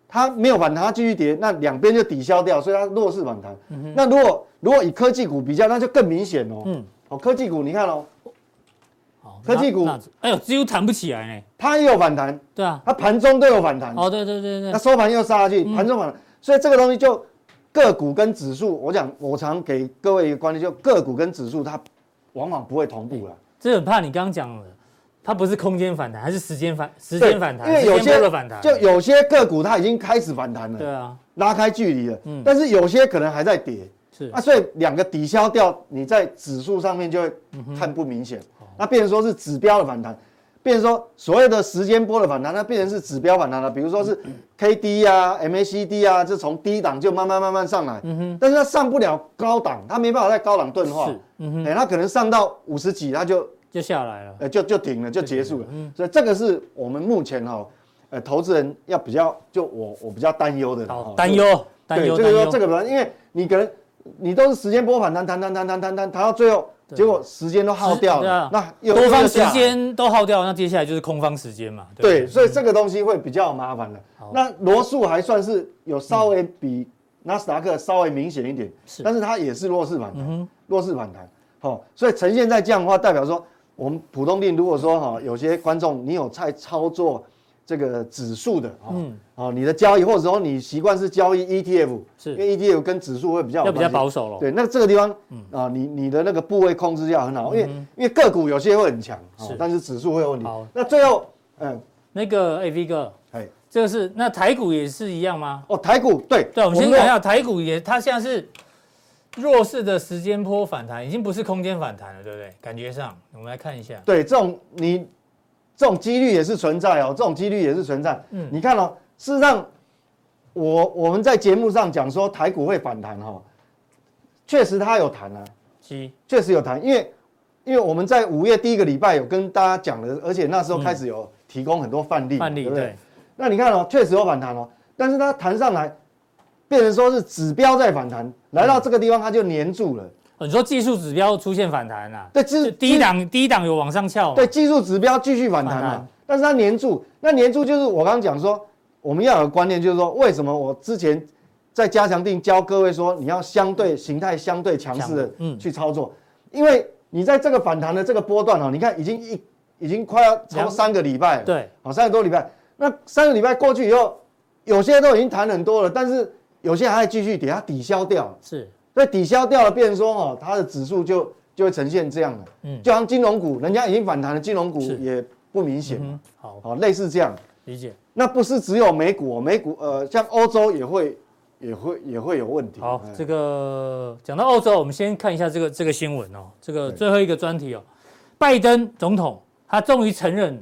[SPEAKER 4] 它没有反弹，它继续跌，那两边就抵消掉，所以它弱势反弹。那如果如果以科技股比较，那就更明显哦。
[SPEAKER 2] 嗯
[SPEAKER 4] 哦，科技股你看哦，
[SPEAKER 2] 好，
[SPEAKER 4] 科技
[SPEAKER 2] 那
[SPEAKER 4] 股
[SPEAKER 2] 那哎呦，几乎弹不起来呢，
[SPEAKER 4] 它也有反弹，
[SPEAKER 2] 对啊，
[SPEAKER 4] 它盘中都有反弹，
[SPEAKER 2] 哦，对对对对嗯
[SPEAKER 4] 那，收盘又杀下去，盘中反弹，所以这个东西就个股跟指数，我讲我常给各位一个观念，就个股跟指数它往往不会同步了。
[SPEAKER 2] 这很怕你刚刚讲的，它不是空间反弹，还是时间反时
[SPEAKER 4] 对
[SPEAKER 2] 间反弹，
[SPEAKER 4] 因为有
[SPEAKER 2] 时间
[SPEAKER 4] 些
[SPEAKER 2] 波的反弹，
[SPEAKER 4] 就有些个股它已经开始反弹了，
[SPEAKER 2] 对啊，
[SPEAKER 4] 拉开距离了，
[SPEAKER 2] 嗯
[SPEAKER 4] 但是有些可能还在跌。
[SPEAKER 2] 是
[SPEAKER 4] 啊，所以两个抵消掉，你在指数上面就会
[SPEAKER 2] 嗯
[SPEAKER 4] 看不明显。那变成说是指标的反弹，变成说所谓的时间波的反弹，那变成是指标反弹了。比如说是 K D 啊、M A C D 啊，这从低档就慢慢慢慢上来。
[SPEAKER 2] 嗯
[SPEAKER 4] 但是它上不了高档，它没办法在高档钝化
[SPEAKER 2] 是。嗯哼
[SPEAKER 4] 哎，它可能上到五十几，它就
[SPEAKER 2] 就下来了。
[SPEAKER 4] 呃就就停了，就结束了。
[SPEAKER 2] 嗯
[SPEAKER 4] 所以这个是我们目前哈、哦，呃，投资人要比较就我我比较担忧的啦
[SPEAKER 2] 好
[SPEAKER 4] 哦，
[SPEAKER 2] 担忧，担
[SPEAKER 4] 对，
[SPEAKER 2] 忧，
[SPEAKER 4] 这
[SPEAKER 2] 担
[SPEAKER 4] 个说
[SPEAKER 2] 忧，
[SPEAKER 4] 这个不然，因为你可能你都是时间波反弹，弹弹弹弹弹弹弹，弹到最后结果时间都耗掉
[SPEAKER 2] 对啊
[SPEAKER 4] 了，那又
[SPEAKER 2] 多方
[SPEAKER 4] 又
[SPEAKER 2] 时
[SPEAKER 4] 下来
[SPEAKER 2] 间都耗掉，那接下来就是空方时间嘛。不
[SPEAKER 4] 对，，所以这个东西会比较麻烦的。那罗素还算是有稍微比纳斯达克稍微明显一点，
[SPEAKER 2] 是嗯
[SPEAKER 4] 但是它也是弱势反弹，弱势反弹。好、所以呈现在这样的话，代表说我们普通定，如果说哈、有些观众你有在操作这个指数的，哦、
[SPEAKER 2] 嗯
[SPEAKER 4] 哦，你的交易或者说你习惯是交易 ETF，
[SPEAKER 2] 是
[SPEAKER 4] 因为 ETF 跟指数会比较有
[SPEAKER 2] 要比较
[SPEAKER 4] 关系
[SPEAKER 2] 保守嗯咯
[SPEAKER 4] 对，那这个地方啊，你你的那个部位控制要很好，因为因为个股有些会很强，哦
[SPEAKER 2] 嗯是
[SPEAKER 4] 但是指数会有问题
[SPEAKER 2] 好。
[SPEAKER 4] 那最后，嗯，
[SPEAKER 2] 那个 A V 哥，
[SPEAKER 4] 哎，
[SPEAKER 2] 这个是那台股也是一样吗？
[SPEAKER 4] 哦，台股对，
[SPEAKER 2] 对，我们先
[SPEAKER 4] 有
[SPEAKER 2] 讲一下台股也，它现在是弱势的时间波反弹，已经不是空间反弹了，对不对？感觉上，我们来看一下，
[SPEAKER 4] 对这种你这种几率也是存在哦，这种几率也是存在。嗯，你看哦，事实上，我我们在节目上讲说台股会反弹哈，确实它有弹啊，
[SPEAKER 2] 七
[SPEAKER 4] 确实有谈，因为因为我们在五月第一个礼拜有跟大家讲了，而且那时候开始有提供很多范例
[SPEAKER 2] 嗯
[SPEAKER 4] 嘛，
[SPEAKER 2] 范例
[SPEAKER 4] 对不对
[SPEAKER 2] 对？
[SPEAKER 4] 那你看哦，确实有反弹哦，但是它弹上来，变成说是指标在反弹，来
[SPEAKER 2] 嗯
[SPEAKER 4] 到这个地方它就粘住了。
[SPEAKER 2] 哦你说技术指标出现反弹啊？
[SPEAKER 4] 对这是
[SPEAKER 2] 就低档低档有往上翘嘛，啊
[SPEAKER 4] 对，技术指标继续反弹
[SPEAKER 2] 反
[SPEAKER 4] 嘛
[SPEAKER 2] 弹，
[SPEAKER 4] 但是它粘住，那粘住就是我刚刚讲说，我们要有个观念，就是说为什么我之前在加强定教各位说，你要相对形态相对强势
[SPEAKER 2] 强嗯
[SPEAKER 4] 的去操作，因为你在这个反弹的这个波段哦，你看已经一已经快要超
[SPEAKER 2] 两
[SPEAKER 4] 三个礼拜了，
[SPEAKER 2] 对，
[SPEAKER 4] 好三个多礼拜，那三个礼拜过去以后，有些都已经谈很多了，但是有些还继续给它抵消掉了。
[SPEAKER 2] 是
[SPEAKER 4] 所以抵消掉了，变成说哦，它的指数就就会呈现这样的，
[SPEAKER 2] 嗯
[SPEAKER 4] 就像金融股，人家已经反弹了，金融股
[SPEAKER 2] 是
[SPEAKER 4] 也不明显
[SPEAKER 2] 嗯
[SPEAKER 4] 嘛，，
[SPEAKER 2] 好
[SPEAKER 4] 哦，类似这样。
[SPEAKER 2] 理解，
[SPEAKER 4] 那不是只有美股、哦，美股呃，像欧洲也会也会也会有问题。
[SPEAKER 2] 好
[SPEAKER 4] 哎，
[SPEAKER 2] 这个讲到澳洲，我们先看一下这个这个新闻哦，这个
[SPEAKER 4] 对
[SPEAKER 2] 最后一个专题哦，拜登总统他终于承认，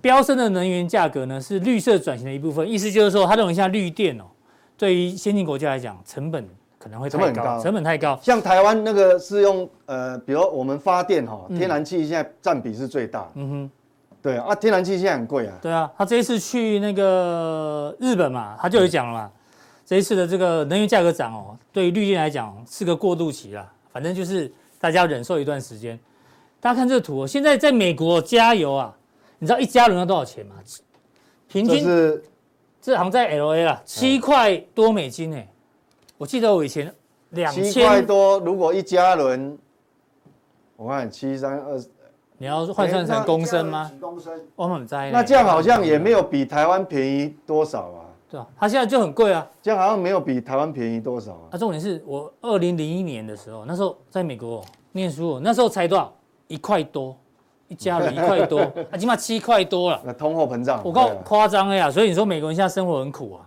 [SPEAKER 2] 飙升的能源价格呢是绿色转型的一部分，意思就是说他认为像绿电哦，对于先进国家来讲成本可能会
[SPEAKER 4] 成
[SPEAKER 2] 太
[SPEAKER 4] 本很
[SPEAKER 2] 高，
[SPEAKER 4] 高
[SPEAKER 2] 成本太高，
[SPEAKER 4] 像台湾那个是用呃，比如我们发电哈、
[SPEAKER 2] 嗯
[SPEAKER 4] 天然气现在占比是最大。嗯哼，对啊，天然气现在很贵啊。
[SPEAKER 2] 对啊，他这一次去那个日本嘛，他就有讲了嘛，这一次的这个能源价格涨哦，对于绿电来讲是个过渡期啦，反正就是大家要忍受一段时间。大家看这个图哦，现在在美国加油啊，你知道一加仑要多少钱吗？平
[SPEAKER 4] 就
[SPEAKER 2] 均
[SPEAKER 4] 是嗯
[SPEAKER 2] 这行在 L A 啦，七块多美金哎、我记得我以前两
[SPEAKER 4] 七块
[SPEAKER 2] 千，
[SPEAKER 4] 多，如果一加仑，我看七三二，
[SPEAKER 2] 你要换算成公升吗？
[SPEAKER 3] 几公升？
[SPEAKER 2] 我们在
[SPEAKER 4] 哎那这样好像也没有比台湾便宜多少啊。
[SPEAKER 2] 对啊，它现在就很贵啊。
[SPEAKER 4] 这样好像没有比台湾便宜多少啊？
[SPEAKER 2] 啊，重点是我二零零一年的时候，那时候在美国念书哦，那时候才多少？一块多，一加
[SPEAKER 4] (laughs)
[SPEAKER 2] 仑一块多，啊，起码七块多了。
[SPEAKER 4] 那通货膨胀，
[SPEAKER 2] 我告
[SPEAKER 4] 对啊
[SPEAKER 2] 夸张了呀！所以你说美国人现在生活很苦啊，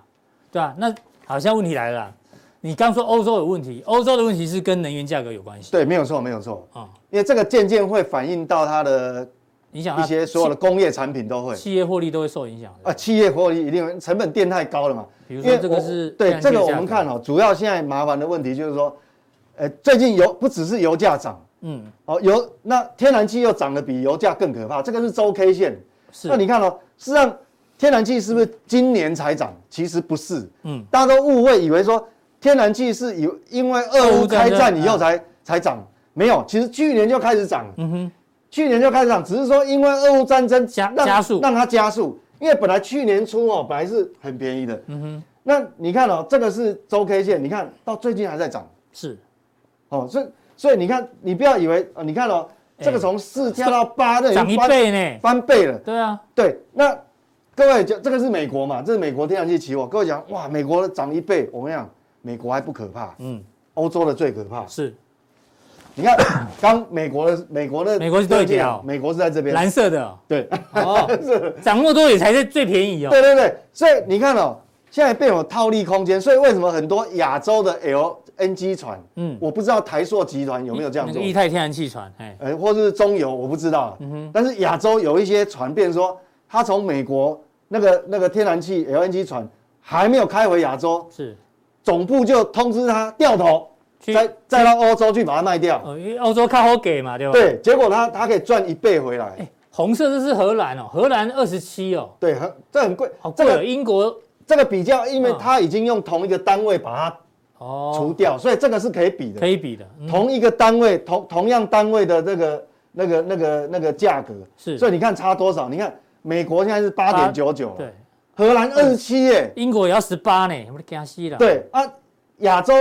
[SPEAKER 2] 对吧、那好，现在问题来了啦，你刚说欧洲有问题，欧洲的问题是跟能源价格有关系。
[SPEAKER 4] 对，没有错，没有错，
[SPEAKER 2] 啊、
[SPEAKER 4] 因为这个渐渐会反映到它的
[SPEAKER 2] 影响
[SPEAKER 4] 一些所有的
[SPEAKER 2] 的
[SPEAKER 4] 工业产品都会
[SPEAKER 2] 企业获利都会受影响
[SPEAKER 4] 啊，
[SPEAKER 2] 的。
[SPEAKER 4] 企业获利一定会成本垫太高了嘛。
[SPEAKER 2] 比如说
[SPEAKER 4] 因为
[SPEAKER 2] 这个
[SPEAKER 4] 我
[SPEAKER 2] 是天
[SPEAKER 4] 对
[SPEAKER 2] 然气
[SPEAKER 4] 这
[SPEAKER 2] 的
[SPEAKER 4] 个我
[SPEAKER 2] 价
[SPEAKER 4] 们
[SPEAKER 2] 格
[SPEAKER 4] 看哦，主要现在麻烦的问题就是说，呃，最近油不只是油价涨
[SPEAKER 2] 嗯，
[SPEAKER 4] 哦，油那天然气又涨得比油价更可怕，这个是周 K 线。
[SPEAKER 2] 是。
[SPEAKER 4] 那你看哦，事实上天然气是不是今年才涨？其实不是，
[SPEAKER 2] 嗯
[SPEAKER 4] 嗯，大家都误会以为说天然气是有因为俄乌开战以后
[SPEAKER 2] 嗯
[SPEAKER 4] 才、
[SPEAKER 2] 啊
[SPEAKER 4] 才涨，没有，其实去年就开始涨，嗯哼，去年就开始涨，只是说因为俄乌战争
[SPEAKER 2] 加
[SPEAKER 4] 让
[SPEAKER 2] 加速
[SPEAKER 4] 让它加速，因为本来去年初哦本来是很便宜的，嗯哼，那你看哦，这个是周 K 线，你看到最近还在涨，
[SPEAKER 2] 是
[SPEAKER 4] 哦，所以所以你看，你不要以为哦，你看哦，这个从四跳到八，这已经
[SPEAKER 2] 哎涨一
[SPEAKER 4] 翻
[SPEAKER 2] 倍呢。
[SPEAKER 4] 翻倍了。
[SPEAKER 2] 对啊，
[SPEAKER 4] 对，那各位就这个是美国嘛，这是美国天然气期货。各位讲哇，美国涨一倍，我跟你讲，美国还不可怕，
[SPEAKER 2] 嗯，
[SPEAKER 4] 欧洲的最可怕。
[SPEAKER 2] 是
[SPEAKER 4] 你看，刚美国的美国的
[SPEAKER 2] 美国是对调
[SPEAKER 4] 啊美国是在这边，
[SPEAKER 2] 蓝色的哦
[SPEAKER 4] 对 (laughs)
[SPEAKER 2] 哦，涨那么多也才是最便宜哦。
[SPEAKER 4] 对对对，所以你看哦，现在被我套利空间，所以为什么很多亚洲的 LNG 船，
[SPEAKER 2] 嗯
[SPEAKER 4] 嗯，我不知道台塑集团有没有这样
[SPEAKER 2] 那
[SPEAKER 4] 做
[SPEAKER 2] 个，液态天然气船，哎，
[SPEAKER 4] 呃，或是中油，我不知道。
[SPEAKER 2] 嗯
[SPEAKER 4] 但是亚洲有一些船，变成说它从美国那个那个天然气 LNG 船还没有开回亚洲，
[SPEAKER 2] 是。
[SPEAKER 4] 总部就通知他掉头，
[SPEAKER 2] 去
[SPEAKER 4] 再再到欧洲去把它卖掉。
[SPEAKER 2] 哦，因为欧洲靠后给嘛，对吧？。
[SPEAKER 4] 对，结果他他可以赚一倍回
[SPEAKER 2] 哎
[SPEAKER 4] 来。
[SPEAKER 2] 红色这是荷兰哦，荷兰二十七哦，
[SPEAKER 4] 对，很这很贵
[SPEAKER 2] 好，贵
[SPEAKER 4] 这
[SPEAKER 2] 哦。
[SPEAKER 4] 个
[SPEAKER 2] 英国
[SPEAKER 4] 这个比较，因为
[SPEAKER 2] 嗯
[SPEAKER 4] 他已经用同一个单位把它除
[SPEAKER 2] 哦，
[SPEAKER 4] 掉，所以这个是可以比
[SPEAKER 2] 可
[SPEAKER 4] 的。
[SPEAKER 2] 以比的，嗯
[SPEAKER 4] 同一个单位，同同样单位的这个那个那个那个价格，
[SPEAKER 2] 是
[SPEAKER 4] 所以你看差多少？你看美国现在是八点九九，
[SPEAKER 2] 对，，
[SPEAKER 4] 荷兰二十七耶，
[SPEAKER 2] 英国也要十八呢，我们惊死了。，
[SPEAKER 4] 对啊，亚洲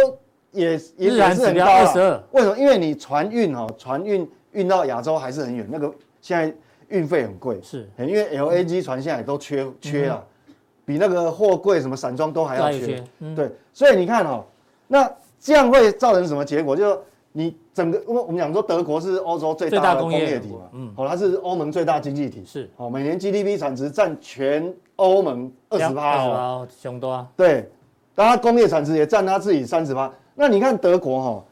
[SPEAKER 4] 也也
[SPEAKER 2] 日
[SPEAKER 4] 也
[SPEAKER 2] 韩
[SPEAKER 4] 是很
[SPEAKER 2] 指标
[SPEAKER 4] 高啊
[SPEAKER 2] 22
[SPEAKER 4] 为什么？因为你船运哦，船运运到亚洲还是很远，那个现在运费很贵，
[SPEAKER 2] 是嗯
[SPEAKER 4] 因为 LAG 船现在也都缺缺了，比那个货柜什么散装都还要
[SPEAKER 2] 还有
[SPEAKER 4] 缺
[SPEAKER 2] 缺。嗯
[SPEAKER 4] 对，所以你看哦，那这样会造成什么结果？就是你整个，我我们讲说德国是欧洲最
[SPEAKER 2] 最大
[SPEAKER 4] 大的
[SPEAKER 2] 工
[SPEAKER 4] 工
[SPEAKER 2] 业
[SPEAKER 4] 业体嘛
[SPEAKER 2] 国，嗯
[SPEAKER 4] 哦，它是欧盟最大经济体，
[SPEAKER 2] 是
[SPEAKER 4] 哦，每年 GDP 产值占全欧盟二十趴
[SPEAKER 2] 二
[SPEAKER 4] 哦，
[SPEAKER 2] 十熊多啊，
[SPEAKER 4] 对，但它工业产值也占它自己三十趴。那你看德国哈、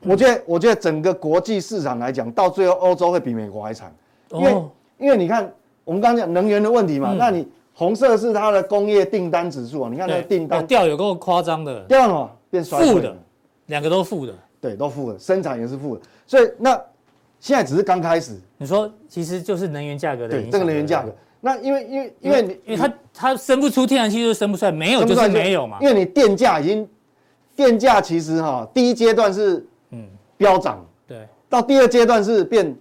[SPEAKER 4] 我觉得我觉得整个国际市场来讲，到最后欧洲会比美国还惨，因为、
[SPEAKER 2] 哦
[SPEAKER 4] 因为你看我们刚刚讲能源的问题
[SPEAKER 2] 嗯
[SPEAKER 4] 嘛，那你红色是它的工业订单指数啊，你看那个
[SPEAKER 2] 对，
[SPEAKER 4] 订单
[SPEAKER 2] 哦掉有够夸张的，
[SPEAKER 4] 第二个哦变衰
[SPEAKER 2] 负
[SPEAKER 4] 退
[SPEAKER 2] 的
[SPEAKER 4] 了，
[SPEAKER 2] 两个都负的。
[SPEAKER 4] 对，都负的，生产也是负的，所以那现在只是刚开始，
[SPEAKER 2] 你说其实就是能源价格的
[SPEAKER 4] 对
[SPEAKER 2] 影响，
[SPEAKER 4] 这个能源价
[SPEAKER 2] 对
[SPEAKER 4] 格，那因为因为因为你
[SPEAKER 2] 不对，因为它它生不出天然气就生不出来，没有
[SPEAKER 4] 生
[SPEAKER 2] 就
[SPEAKER 4] 不出来
[SPEAKER 2] 是没有嘛
[SPEAKER 4] 因。为你电价已经，电价其实哈、第一阶段是嗯飙涨，
[SPEAKER 2] 对，
[SPEAKER 4] 到第二阶段是变，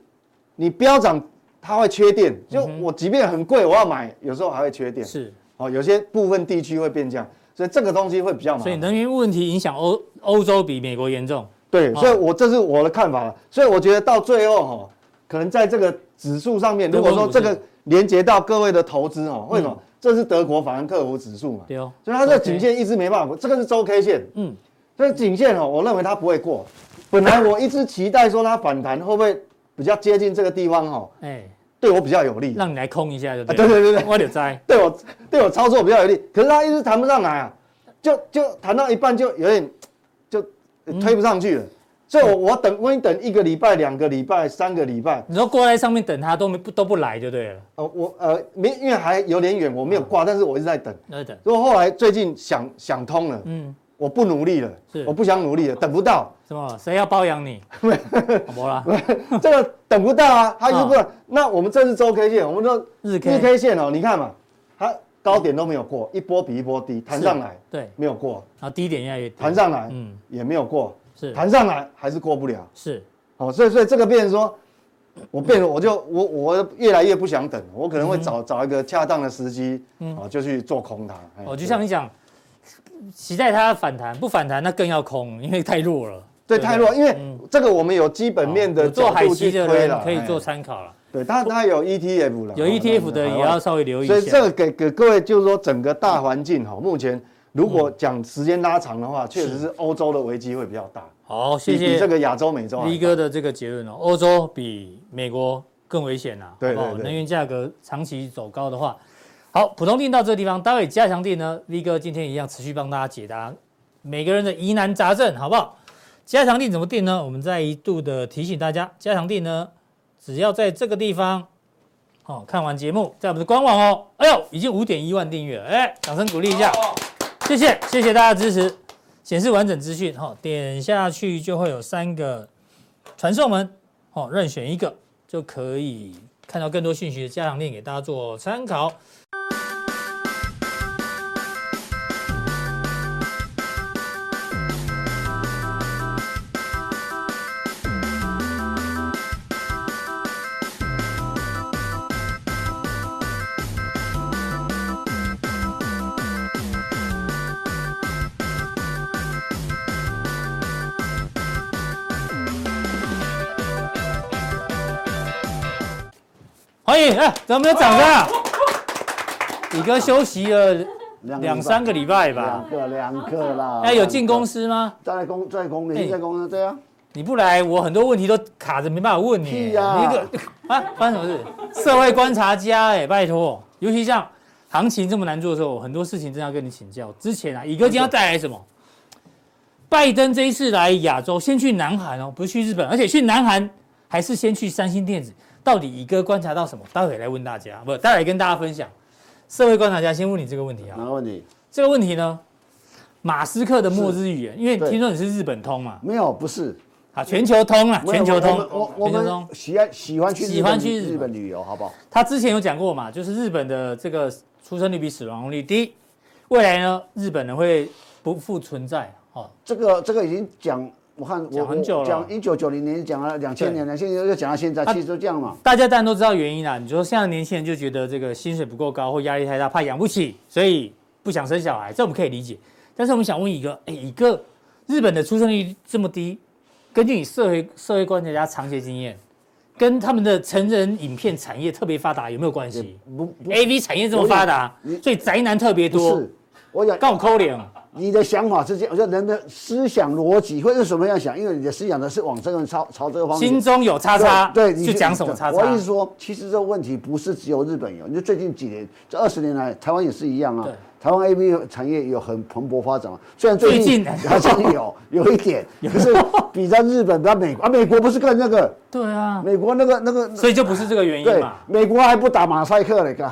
[SPEAKER 4] 你飙涨它会缺电，就我即便很贵我要买，有时候还会缺电，
[SPEAKER 2] 嗯是，
[SPEAKER 4] 哦，有些部分地区会变这样，所以这个东西会比较麻
[SPEAKER 2] 所以
[SPEAKER 4] 烦。
[SPEAKER 2] 能源问题影响欧欧洲比美国严重。
[SPEAKER 4] 对，
[SPEAKER 2] 哦
[SPEAKER 4] 所以我这是我的看法了。所以我觉得到最后哈、可能在这个指数上面，
[SPEAKER 2] 德
[SPEAKER 4] 如
[SPEAKER 2] 国
[SPEAKER 4] 果说
[SPEAKER 2] 股市嗯
[SPEAKER 4] 这个连接到各位的投资哦，为什么？这是德国法兰克福指数嘛，
[SPEAKER 2] 对哦，
[SPEAKER 4] 所以它这个
[SPEAKER 2] OK
[SPEAKER 4] 颈线一直没办法，这个是周 K 线，
[SPEAKER 2] 嗯，
[SPEAKER 4] 所以颈线哦，我认为它不会过。本来我一直期待说它反弹会不会比较接近这个地方哦，
[SPEAKER 2] 哎，
[SPEAKER 4] 对我比较有利，
[SPEAKER 2] 让你来空一下就对
[SPEAKER 4] 啊
[SPEAKER 2] 了。
[SPEAKER 4] 对对对对
[SPEAKER 2] 我就栽。
[SPEAKER 4] 对我对我操作比较有利。可是它一直弹不上来啊，就就弹到一半就有点就
[SPEAKER 2] 嗯
[SPEAKER 4] 推不上去了。所以我我等我已经等一个礼拜、两个礼拜、三个礼拜，
[SPEAKER 2] 你说挂在上面等它都没不都不来就对了，
[SPEAKER 4] 呃，我呃没因为还有点远，我没有
[SPEAKER 2] 嗯
[SPEAKER 4] 挂，但是我一直在等。
[SPEAKER 2] 那就等。
[SPEAKER 4] 如果后来最近想想通了，
[SPEAKER 2] 嗯，
[SPEAKER 4] 我不努力了
[SPEAKER 2] 是，
[SPEAKER 4] 我不想努力了，等不到， (laughs)
[SPEAKER 2] 什么？谁要包养你？没啦，
[SPEAKER 4] 这个等不到啊，它一直不
[SPEAKER 2] 啊。
[SPEAKER 4] 那我们这是周 K 线，我们说
[SPEAKER 2] 日 K
[SPEAKER 4] 日 K 线哦，你看嘛，它高点都没有过，一波比一波低，弹上来
[SPEAKER 2] 是对，
[SPEAKER 4] 没有过，
[SPEAKER 2] 然后低点越来越低。
[SPEAKER 4] 弹上来，
[SPEAKER 2] 嗯
[SPEAKER 4] 嗯，也没有过，
[SPEAKER 2] 是
[SPEAKER 4] 弹上来还是过不了，
[SPEAKER 2] 是
[SPEAKER 4] 哦，所以所以这个变成说，我变成我就我我越来越不想等，我可能会
[SPEAKER 2] 嗯
[SPEAKER 4] 找、找一个恰当的时机，哦，就去做空它，哎
[SPEAKER 2] 哦，就像你讲，期待它反弹，不反弹那更要空，因为太弱了。
[SPEAKER 4] 对太弱，因为这个我们有基本面
[SPEAKER 2] 嗯哦有
[SPEAKER 4] 的
[SPEAKER 2] 做
[SPEAKER 4] 角
[SPEAKER 2] 海
[SPEAKER 4] 度
[SPEAKER 2] 基
[SPEAKER 4] 去
[SPEAKER 2] 的
[SPEAKER 4] 推
[SPEAKER 2] 人
[SPEAKER 4] 了，
[SPEAKER 2] 可以
[SPEAKER 4] 哎
[SPEAKER 2] 做参考了，
[SPEAKER 4] 对，它它有 ETF 了，
[SPEAKER 2] 有
[SPEAKER 4] 哦
[SPEAKER 2] ETF 的
[SPEAKER 4] 那
[SPEAKER 2] 也要稍微留意一下。
[SPEAKER 4] 所以这个给给各位就是说，整个大环境哈，目前如
[SPEAKER 2] 嗯
[SPEAKER 4] 果讲时间拉长的话，确实是欧洲的危机会比较大，
[SPEAKER 2] 好，
[SPEAKER 4] 比
[SPEAKER 2] 谢
[SPEAKER 4] 比这
[SPEAKER 2] 谢
[SPEAKER 4] 个亚洲、美洲还
[SPEAKER 2] 黎哥的这个结论哦，欧洲比美国更危险啊呐、
[SPEAKER 4] 对
[SPEAKER 2] 好不好
[SPEAKER 4] 对对
[SPEAKER 2] 能源价格长期走高的话，好，普通定到这个地方，待会加强定呢，V 哥今天一样持续帮大家解答每个人的疑难杂症，好不好？加强定怎么定呢？我们再一度的提醒大家，加强定呢，只要在这个地方，哦，看完节目，在我们的官网哦，哎呦，已经五点一万订阅了，哎，掌声鼓励一下，谢谢，谢谢大家的支持。显示完整资讯，哈、哦，点下去就会有三个传送门，哦，任选一个就可以看到更多讯息的加强链给大家做参考。欢迎，哎，怎么没有掌声啊？李哥休息了两三个礼拜
[SPEAKER 3] (laughs)
[SPEAKER 2] 吧
[SPEAKER 3] 两？个两个啦。
[SPEAKER 2] 哎，有进公司吗？
[SPEAKER 3] 在公在公
[SPEAKER 2] 哎
[SPEAKER 3] 司在公司对啊，
[SPEAKER 2] 你不来，我很多问题都卡着，没办法问你。
[SPEAKER 3] 屁
[SPEAKER 2] 你
[SPEAKER 3] 呀
[SPEAKER 2] 个 (laughs) 啊，发生什么事？社会观察家哎、拜托，尤其像行情这么难做的时候，我很多事情真的要跟你请教。之前啊，乙哥今天要带来什么？拜登这一次来亚洲，先去南韩哦，不是去日本，而且去南韩还是先去三星电子。到底乙哥观察到什么？待会来问大家，不，待会跟大家分享。社会观察家先问你这个问题啊
[SPEAKER 3] 哪，个问题？
[SPEAKER 2] 这个问题呢，马斯克的末日预言，因为
[SPEAKER 3] 对
[SPEAKER 2] 听说你是日本通嘛，
[SPEAKER 3] 没有，不是
[SPEAKER 2] 好，全球通啊，全球通，
[SPEAKER 3] 我我
[SPEAKER 2] 全球通
[SPEAKER 3] 们。喜爱喜欢去
[SPEAKER 2] 喜欢去日本
[SPEAKER 3] 日本旅游，好不好？
[SPEAKER 2] 他之前有讲过嘛，就是日本的这个出生率比死亡率低，未来呢，日本人会不复存在，哦，
[SPEAKER 3] 这个这个已经讲，我看我
[SPEAKER 2] 讲很久了
[SPEAKER 3] 我讲一九九零年讲了两千年了，现在又讲到现在，
[SPEAKER 2] 啊
[SPEAKER 3] 其实就这样嘛。
[SPEAKER 2] 大家当然都知道原因啦。啊你说现在年轻人就觉得这个薪水不够高或压力太大，怕养不起，所以不想生小孩，这我们可以理解。但是我们想问一个，哎，一个日本的出生率这么低，根据你社会社会观察家长期的经验，跟他们的成人影片产业特别发达有没有关系
[SPEAKER 3] 不不
[SPEAKER 2] ？A V 产业这么发达，所以宅男特别
[SPEAKER 3] 不
[SPEAKER 2] 多，
[SPEAKER 3] 是，我讲
[SPEAKER 2] 告扣脸。
[SPEAKER 3] 你的想法是这样，我说人的思想逻辑会是什么样想？因为你的思想呢是往这个朝朝这个方面。
[SPEAKER 2] 心中有叉叉，
[SPEAKER 3] 对，对你
[SPEAKER 2] 就讲什么叉叉。
[SPEAKER 3] 我意思说，其实这个问题不是只有日本有，你就最近几年这二十年来，台湾也是一样啊
[SPEAKER 2] 对。
[SPEAKER 3] 台湾 A V 产业有很蓬勃发展嘛，虽然最近
[SPEAKER 2] 最近
[SPEAKER 3] 好像有有一点，可是比在日本、比在美国啊，美国不是更那个，
[SPEAKER 2] 对啊，
[SPEAKER 3] 美国那个那个，
[SPEAKER 2] 所以就不是这个原因
[SPEAKER 3] 对
[SPEAKER 2] 嘛，。
[SPEAKER 3] 美国还不打马赛克嘞，
[SPEAKER 2] (laughs)
[SPEAKER 3] 哥，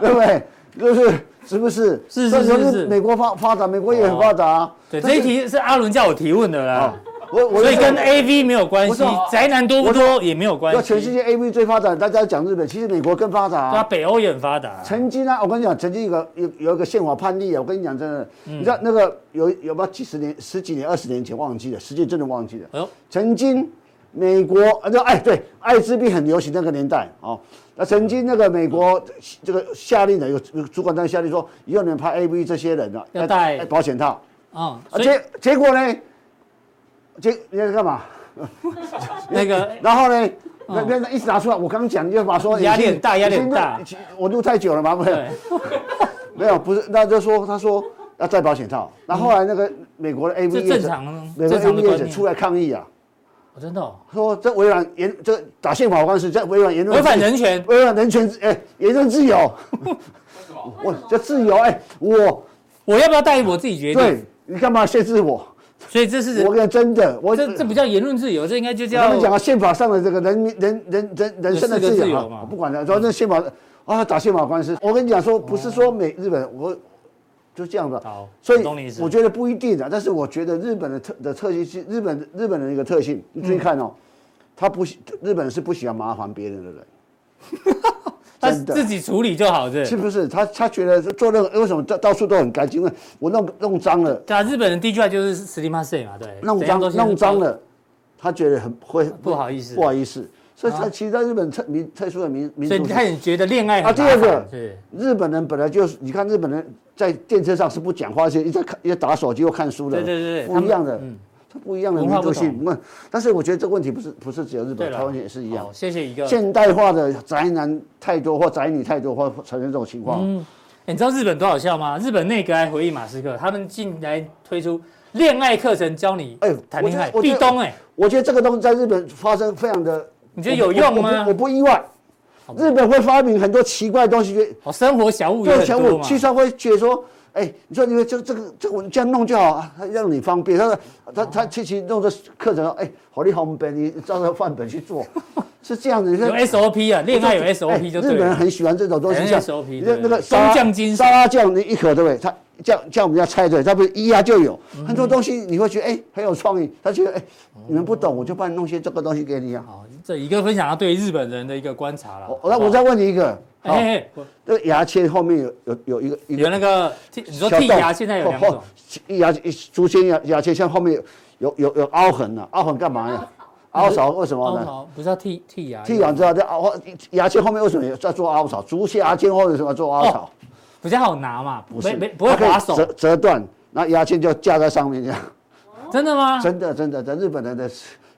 [SPEAKER 3] 对不对？就是是不是？
[SPEAKER 2] 是是
[SPEAKER 3] 所以说
[SPEAKER 2] 是是哦
[SPEAKER 3] 美国发发达，美国也很发达啊。
[SPEAKER 2] 对，
[SPEAKER 3] 但
[SPEAKER 2] 这
[SPEAKER 3] 是哦
[SPEAKER 2] 一题是阿伦叫我提问的啦，
[SPEAKER 3] 我我
[SPEAKER 2] 所以
[SPEAKER 3] 就
[SPEAKER 2] 跟 A V 没有关
[SPEAKER 3] 不
[SPEAKER 2] 系
[SPEAKER 3] 是哦，
[SPEAKER 2] 宅男多不多也没有关
[SPEAKER 3] 要
[SPEAKER 2] 系。
[SPEAKER 3] 全世界 A V 最发展，大家讲日本，其实美国更发达、
[SPEAKER 2] 对啊，北欧也很发达。
[SPEAKER 3] 曾经啊，我跟你讲，曾经有个有有一个宪法判例啊，我跟你讲真的，你知道那个有有没有几十年、十几年、二十年前忘记了，实际真的忘记了。
[SPEAKER 2] 哎呦，
[SPEAKER 3] 曾经美国啊，那哎对，艾滋病很流行那个年代哦。那曾经那个美国这个下令的有有主管单位下令说，以后你们拍 A V 这些人啊，
[SPEAKER 2] 要戴
[SPEAKER 3] 保险套。
[SPEAKER 2] 嗯，
[SPEAKER 3] 啊
[SPEAKER 2] 所以
[SPEAKER 3] 结结果呢？结你在干嘛？
[SPEAKER 2] 那个
[SPEAKER 3] 然后呢，那那一直拿出来，我刚讲你就把说
[SPEAKER 2] 压力很大压力很大，
[SPEAKER 3] 已经已经我录太久了嘛，不是
[SPEAKER 2] 对，
[SPEAKER 3] 没有不是，那就说他说要戴保险套，然后后来那个美国的 A V
[SPEAKER 2] 这
[SPEAKER 3] 业
[SPEAKER 2] 正
[SPEAKER 3] 者，
[SPEAKER 2] 常呢
[SPEAKER 3] 美国
[SPEAKER 2] 正
[SPEAKER 3] A
[SPEAKER 2] 常
[SPEAKER 3] V
[SPEAKER 2] 的
[SPEAKER 3] 业
[SPEAKER 2] 观
[SPEAKER 3] 者
[SPEAKER 2] 念。
[SPEAKER 3] 出来抗议啊，
[SPEAKER 2] 哦真的哦
[SPEAKER 3] 说这违反言这打宪法官司，这违反言论
[SPEAKER 2] 违反
[SPEAKER 3] 自由
[SPEAKER 2] 人权
[SPEAKER 3] 违反人权哎言论自由，我这自由哎我
[SPEAKER 2] 我要不要带我自己决定？
[SPEAKER 3] 对你干嘛限制我？
[SPEAKER 2] 所以这是
[SPEAKER 3] 我跟你真的我
[SPEAKER 2] 这这不叫言论自由，这应该就
[SPEAKER 3] 他
[SPEAKER 2] 叫
[SPEAKER 3] 们讲啊，宪法上的这个人民人人人人身
[SPEAKER 2] 有四个
[SPEAKER 3] 的自
[SPEAKER 2] 自
[SPEAKER 3] 由
[SPEAKER 2] 由
[SPEAKER 3] 啊
[SPEAKER 2] 嘛，哦
[SPEAKER 3] 我不管了，反正宪法啊打宪法官司，我跟你讲说，不是说美日本我就这样的
[SPEAKER 2] 好，
[SPEAKER 3] 所
[SPEAKER 2] 我懂你意
[SPEAKER 3] 以
[SPEAKER 2] 思
[SPEAKER 3] 我觉得不一定的，但是我觉得日本的特的特性是日本日本人的一个特性，你注意看哦，他不喜日本人是不喜欢麻烦别人的人。
[SPEAKER 2] 他
[SPEAKER 3] 真的
[SPEAKER 2] 自己处理就好，这
[SPEAKER 3] 是不是？他他觉得做那个为什么到到处都很干净？因为我弄弄脏了，
[SPEAKER 2] 对啊，日本人第一句话就是 s l i m a s e 嘛，对，
[SPEAKER 3] 弄
[SPEAKER 2] 怎样
[SPEAKER 3] 脏
[SPEAKER 2] 都先
[SPEAKER 3] 弄脏，了，他觉得很会
[SPEAKER 2] 不好意思
[SPEAKER 3] 不好意思。所以
[SPEAKER 2] 啊
[SPEAKER 3] 他其实在日本特民特殊的民民
[SPEAKER 2] 所以
[SPEAKER 3] 族
[SPEAKER 2] 他
[SPEAKER 3] 是，
[SPEAKER 2] 也觉得恋爱很
[SPEAKER 3] 啊第二个
[SPEAKER 2] 麻烦是
[SPEAKER 3] 日本人本来就是你看日本人在电车上是不讲话，而且一直在看一直打手机又看书的，
[SPEAKER 2] 对对对对他
[SPEAKER 3] 不
[SPEAKER 2] 们
[SPEAKER 3] 一样的
[SPEAKER 2] 嗯，
[SPEAKER 3] 他不一样的
[SPEAKER 2] 文化
[SPEAKER 3] 民
[SPEAKER 2] 不
[SPEAKER 3] 族性
[SPEAKER 2] 同。
[SPEAKER 3] 那但是我觉得这个问题不是不是只有日
[SPEAKER 2] 对
[SPEAKER 3] 本，
[SPEAKER 2] 了，
[SPEAKER 3] 台湾也是一样
[SPEAKER 2] 好。谢谢一个。
[SPEAKER 3] 现代化的宅男太多或宅女太多，或产生这种情况。
[SPEAKER 2] 欸你知道日本多好笑吗？日本内阁还回应马斯克，他们近来推出恋爱课程，教你
[SPEAKER 3] 哎
[SPEAKER 2] 谈恋爱。
[SPEAKER 3] 我觉
[SPEAKER 2] 壁
[SPEAKER 3] 得
[SPEAKER 2] 咚哎，
[SPEAKER 3] 我觉得这个东西在日本发生非常的，
[SPEAKER 2] 你觉得有用吗
[SPEAKER 3] 我不我不我不意外，日本会发明很多奇怪的东西，觉得
[SPEAKER 2] 哦，生活小物语
[SPEAKER 3] 对，
[SPEAKER 2] 很
[SPEAKER 3] 前
[SPEAKER 2] 多
[SPEAKER 3] 我
[SPEAKER 2] 嘛。
[SPEAKER 3] 去上会觉得说，哎，你说你们这这个这个我这样弄就好啊，他让你方便。他说他他其实弄的课程，哎，好厉害，我们本你照着范本
[SPEAKER 2] (laughs)
[SPEAKER 3] 去做，是这样子。你看
[SPEAKER 2] 有 SOP 啊，恋爱有
[SPEAKER 3] 哎
[SPEAKER 2] SOP 就
[SPEAKER 3] 日
[SPEAKER 2] 对
[SPEAKER 3] 本人
[SPEAKER 2] 了。
[SPEAKER 3] 很喜欢这种东西，
[SPEAKER 2] 很
[SPEAKER 3] 像
[SPEAKER 2] SOP
[SPEAKER 3] 你
[SPEAKER 2] 对
[SPEAKER 3] 看那个
[SPEAKER 2] 松
[SPEAKER 3] 沙拉
[SPEAKER 2] 酱精神
[SPEAKER 3] 沙拉酱，你一口对不对？它像像我们家菜对，它不是一压就有
[SPEAKER 2] 嗯
[SPEAKER 3] 很多东西，你会觉得哎很有创意。他觉得哎你们不懂，我就帮你弄些这个东西给你啊。
[SPEAKER 2] 好，哦这一个分享他对日本人的一个观察了
[SPEAKER 3] 哦。
[SPEAKER 2] 好
[SPEAKER 3] 那
[SPEAKER 2] 不好
[SPEAKER 3] 我哦再问你一个，好，
[SPEAKER 2] 哎，哎哎
[SPEAKER 3] 这个牙签后面有有有一个一个
[SPEAKER 2] 有那个剃你说
[SPEAKER 3] 小
[SPEAKER 2] 剔
[SPEAKER 3] 洞
[SPEAKER 2] 牙现在有两种
[SPEAKER 3] 哦，哦一牙一竹签牙牙签，像后面有有有有凹痕呢、凹痕干
[SPEAKER 2] (laughs)
[SPEAKER 3] 嘛呀？凹槽为什么
[SPEAKER 2] 哦
[SPEAKER 3] 呢？
[SPEAKER 2] 好不是要剔剔牙，
[SPEAKER 3] 剃完之后，这凹牙签后面为什么要做凹槽？竹签牙签后面为什么要做凹槽？
[SPEAKER 2] 比较好拿嘛，
[SPEAKER 3] 不
[SPEAKER 2] 哦没
[SPEAKER 3] 是，啊
[SPEAKER 2] 没不会
[SPEAKER 3] 它可以
[SPEAKER 2] 划手
[SPEAKER 3] 折，折断，那牙签就架在上面这样。
[SPEAKER 2] 真的吗？
[SPEAKER 3] (laughs) 真的真的，在日本人
[SPEAKER 2] 哦
[SPEAKER 3] 的
[SPEAKER 2] 没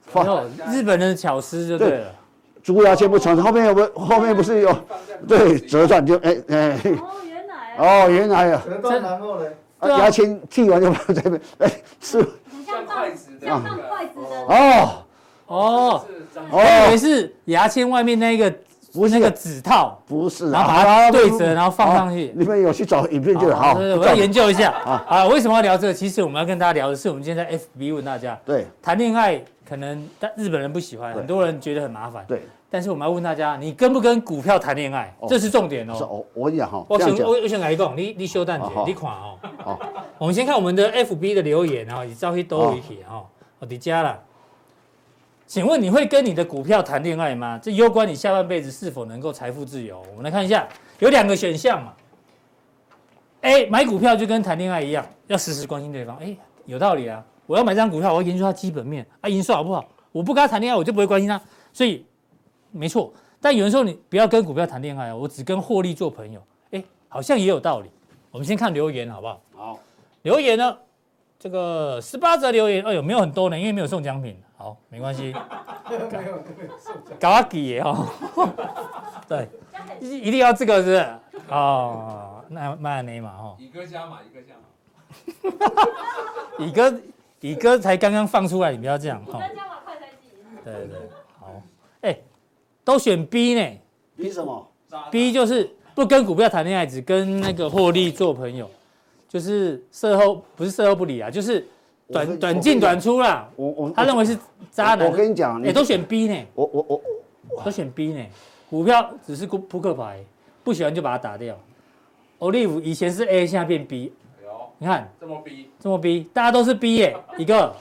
[SPEAKER 3] 放
[SPEAKER 2] 有，日本人的巧思就对了。
[SPEAKER 3] 竹牙签不成，后面有没有后面不是有对折断就哎哎。
[SPEAKER 5] 哦，原来啊，
[SPEAKER 3] 哦，原来啊，
[SPEAKER 4] 折断然后呢？
[SPEAKER 3] 啊
[SPEAKER 2] 对啊
[SPEAKER 3] 牙签剃完就放在那边，哎，是
[SPEAKER 5] 像筷子的，像筷子的，
[SPEAKER 3] 哦
[SPEAKER 2] 哦，我以
[SPEAKER 3] 哦
[SPEAKER 2] 为，是牙签外面那一个
[SPEAKER 3] 不是
[SPEAKER 2] 那个纸套。
[SPEAKER 3] 不是啊，
[SPEAKER 2] 然后把它
[SPEAKER 3] 好啦
[SPEAKER 2] 对折然后放上去
[SPEAKER 3] 好你们有去找影片就好。
[SPEAKER 2] 对对，
[SPEAKER 3] 不
[SPEAKER 2] 我要
[SPEAKER 3] 重
[SPEAKER 2] 研究一下啊。为什么要聊这个？其实我们要跟大家聊的是，我们今天在 FB 问大家，
[SPEAKER 3] 对
[SPEAKER 2] 谈恋爱可能但日本人不喜欢，
[SPEAKER 3] 对
[SPEAKER 2] 很多人觉得很麻烦。
[SPEAKER 3] 对，
[SPEAKER 2] 但是我们要问大家，你跟不跟股票谈恋爱？这是重点
[SPEAKER 3] 是
[SPEAKER 2] 哦。
[SPEAKER 3] 哦，我跟你讲哈，
[SPEAKER 2] 我
[SPEAKER 3] 这
[SPEAKER 2] 想
[SPEAKER 3] 样讲
[SPEAKER 2] 我我想来讲，你你修蛋姐
[SPEAKER 3] 哦，好
[SPEAKER 2] 你看哦。
[SPEAKER 3] 哦
[SPEAKER 2] (laughs) 我们先看我们的 FB 的留言啊，也照去都回去哦。我的家了。请问你会跟你的股票谈恋爱吗？这攸关你下半辈子是否能够财富自由。我们来看一下，有两个选项嘛。A 买股票就跟谈恋爱一样，要时时关心对方。哎，有道理啊！我要买这张股票，我要研究它基本面啊，营收好不好？我不跟他谈恋爱，我就不会关心他。所以，没错。但有人说你不要跟股票谈恋爱啊，我只跟获利做朋友。哎，好像也有道理。我们先看留言好不好？
[SPEAKER 3] 好，
[SPEAKER 2] 留言呢，这个十八则留言，哎呦，没有很多呢，因为没有送奖品。好，没关系。搞阿给耶哦，对，一一定要这个是不是哦，那曼雷嘛哦，
[SPEAKER 6] 一个加码，一个加码。
[SPEAKER 2] 乙哥乙哥才刚刚放出来，你不要这样
[SPEAKER 5] 你
[SPEAKER 2] 哦。
[SPEAKER 5] 跟加码快餐机，
[SPEAKER 2] 对对，对好，哎，都选 B 呢
[SPEAKER 3] 比什么？
[SPEAKER 2] ，B 就是不跟股票谈恋爱，只跟那个获利做朋友，就是事后不是事后不理啊，就是
[SPEAKER 3] 我跟
[SPEAKER 2] 短
[SPEAKER 3] 你
[SPEAKER 2] 短进短出啦。
[SPEAKER 3] 我我
[SPEAKER 2] 他认为是渣男。
[SPEAKER 3] 我跟你讲你
[SPEAKER 2] 哎，都选 B 呢，
[SPEAKER 3] 我我我
[SPEAKER 2] 都选 B 呢，股票只是扑扑克牌，不喜欢就把它打掉。Olive 以前是 A，现在变 B，
[SPEAKER 6] 哎呦，
[SPEAKER 2] 你看
[SPEAKER 6] 这么逼，
[SPEAKER 2] 这么 B，大家都是 B 耶，一个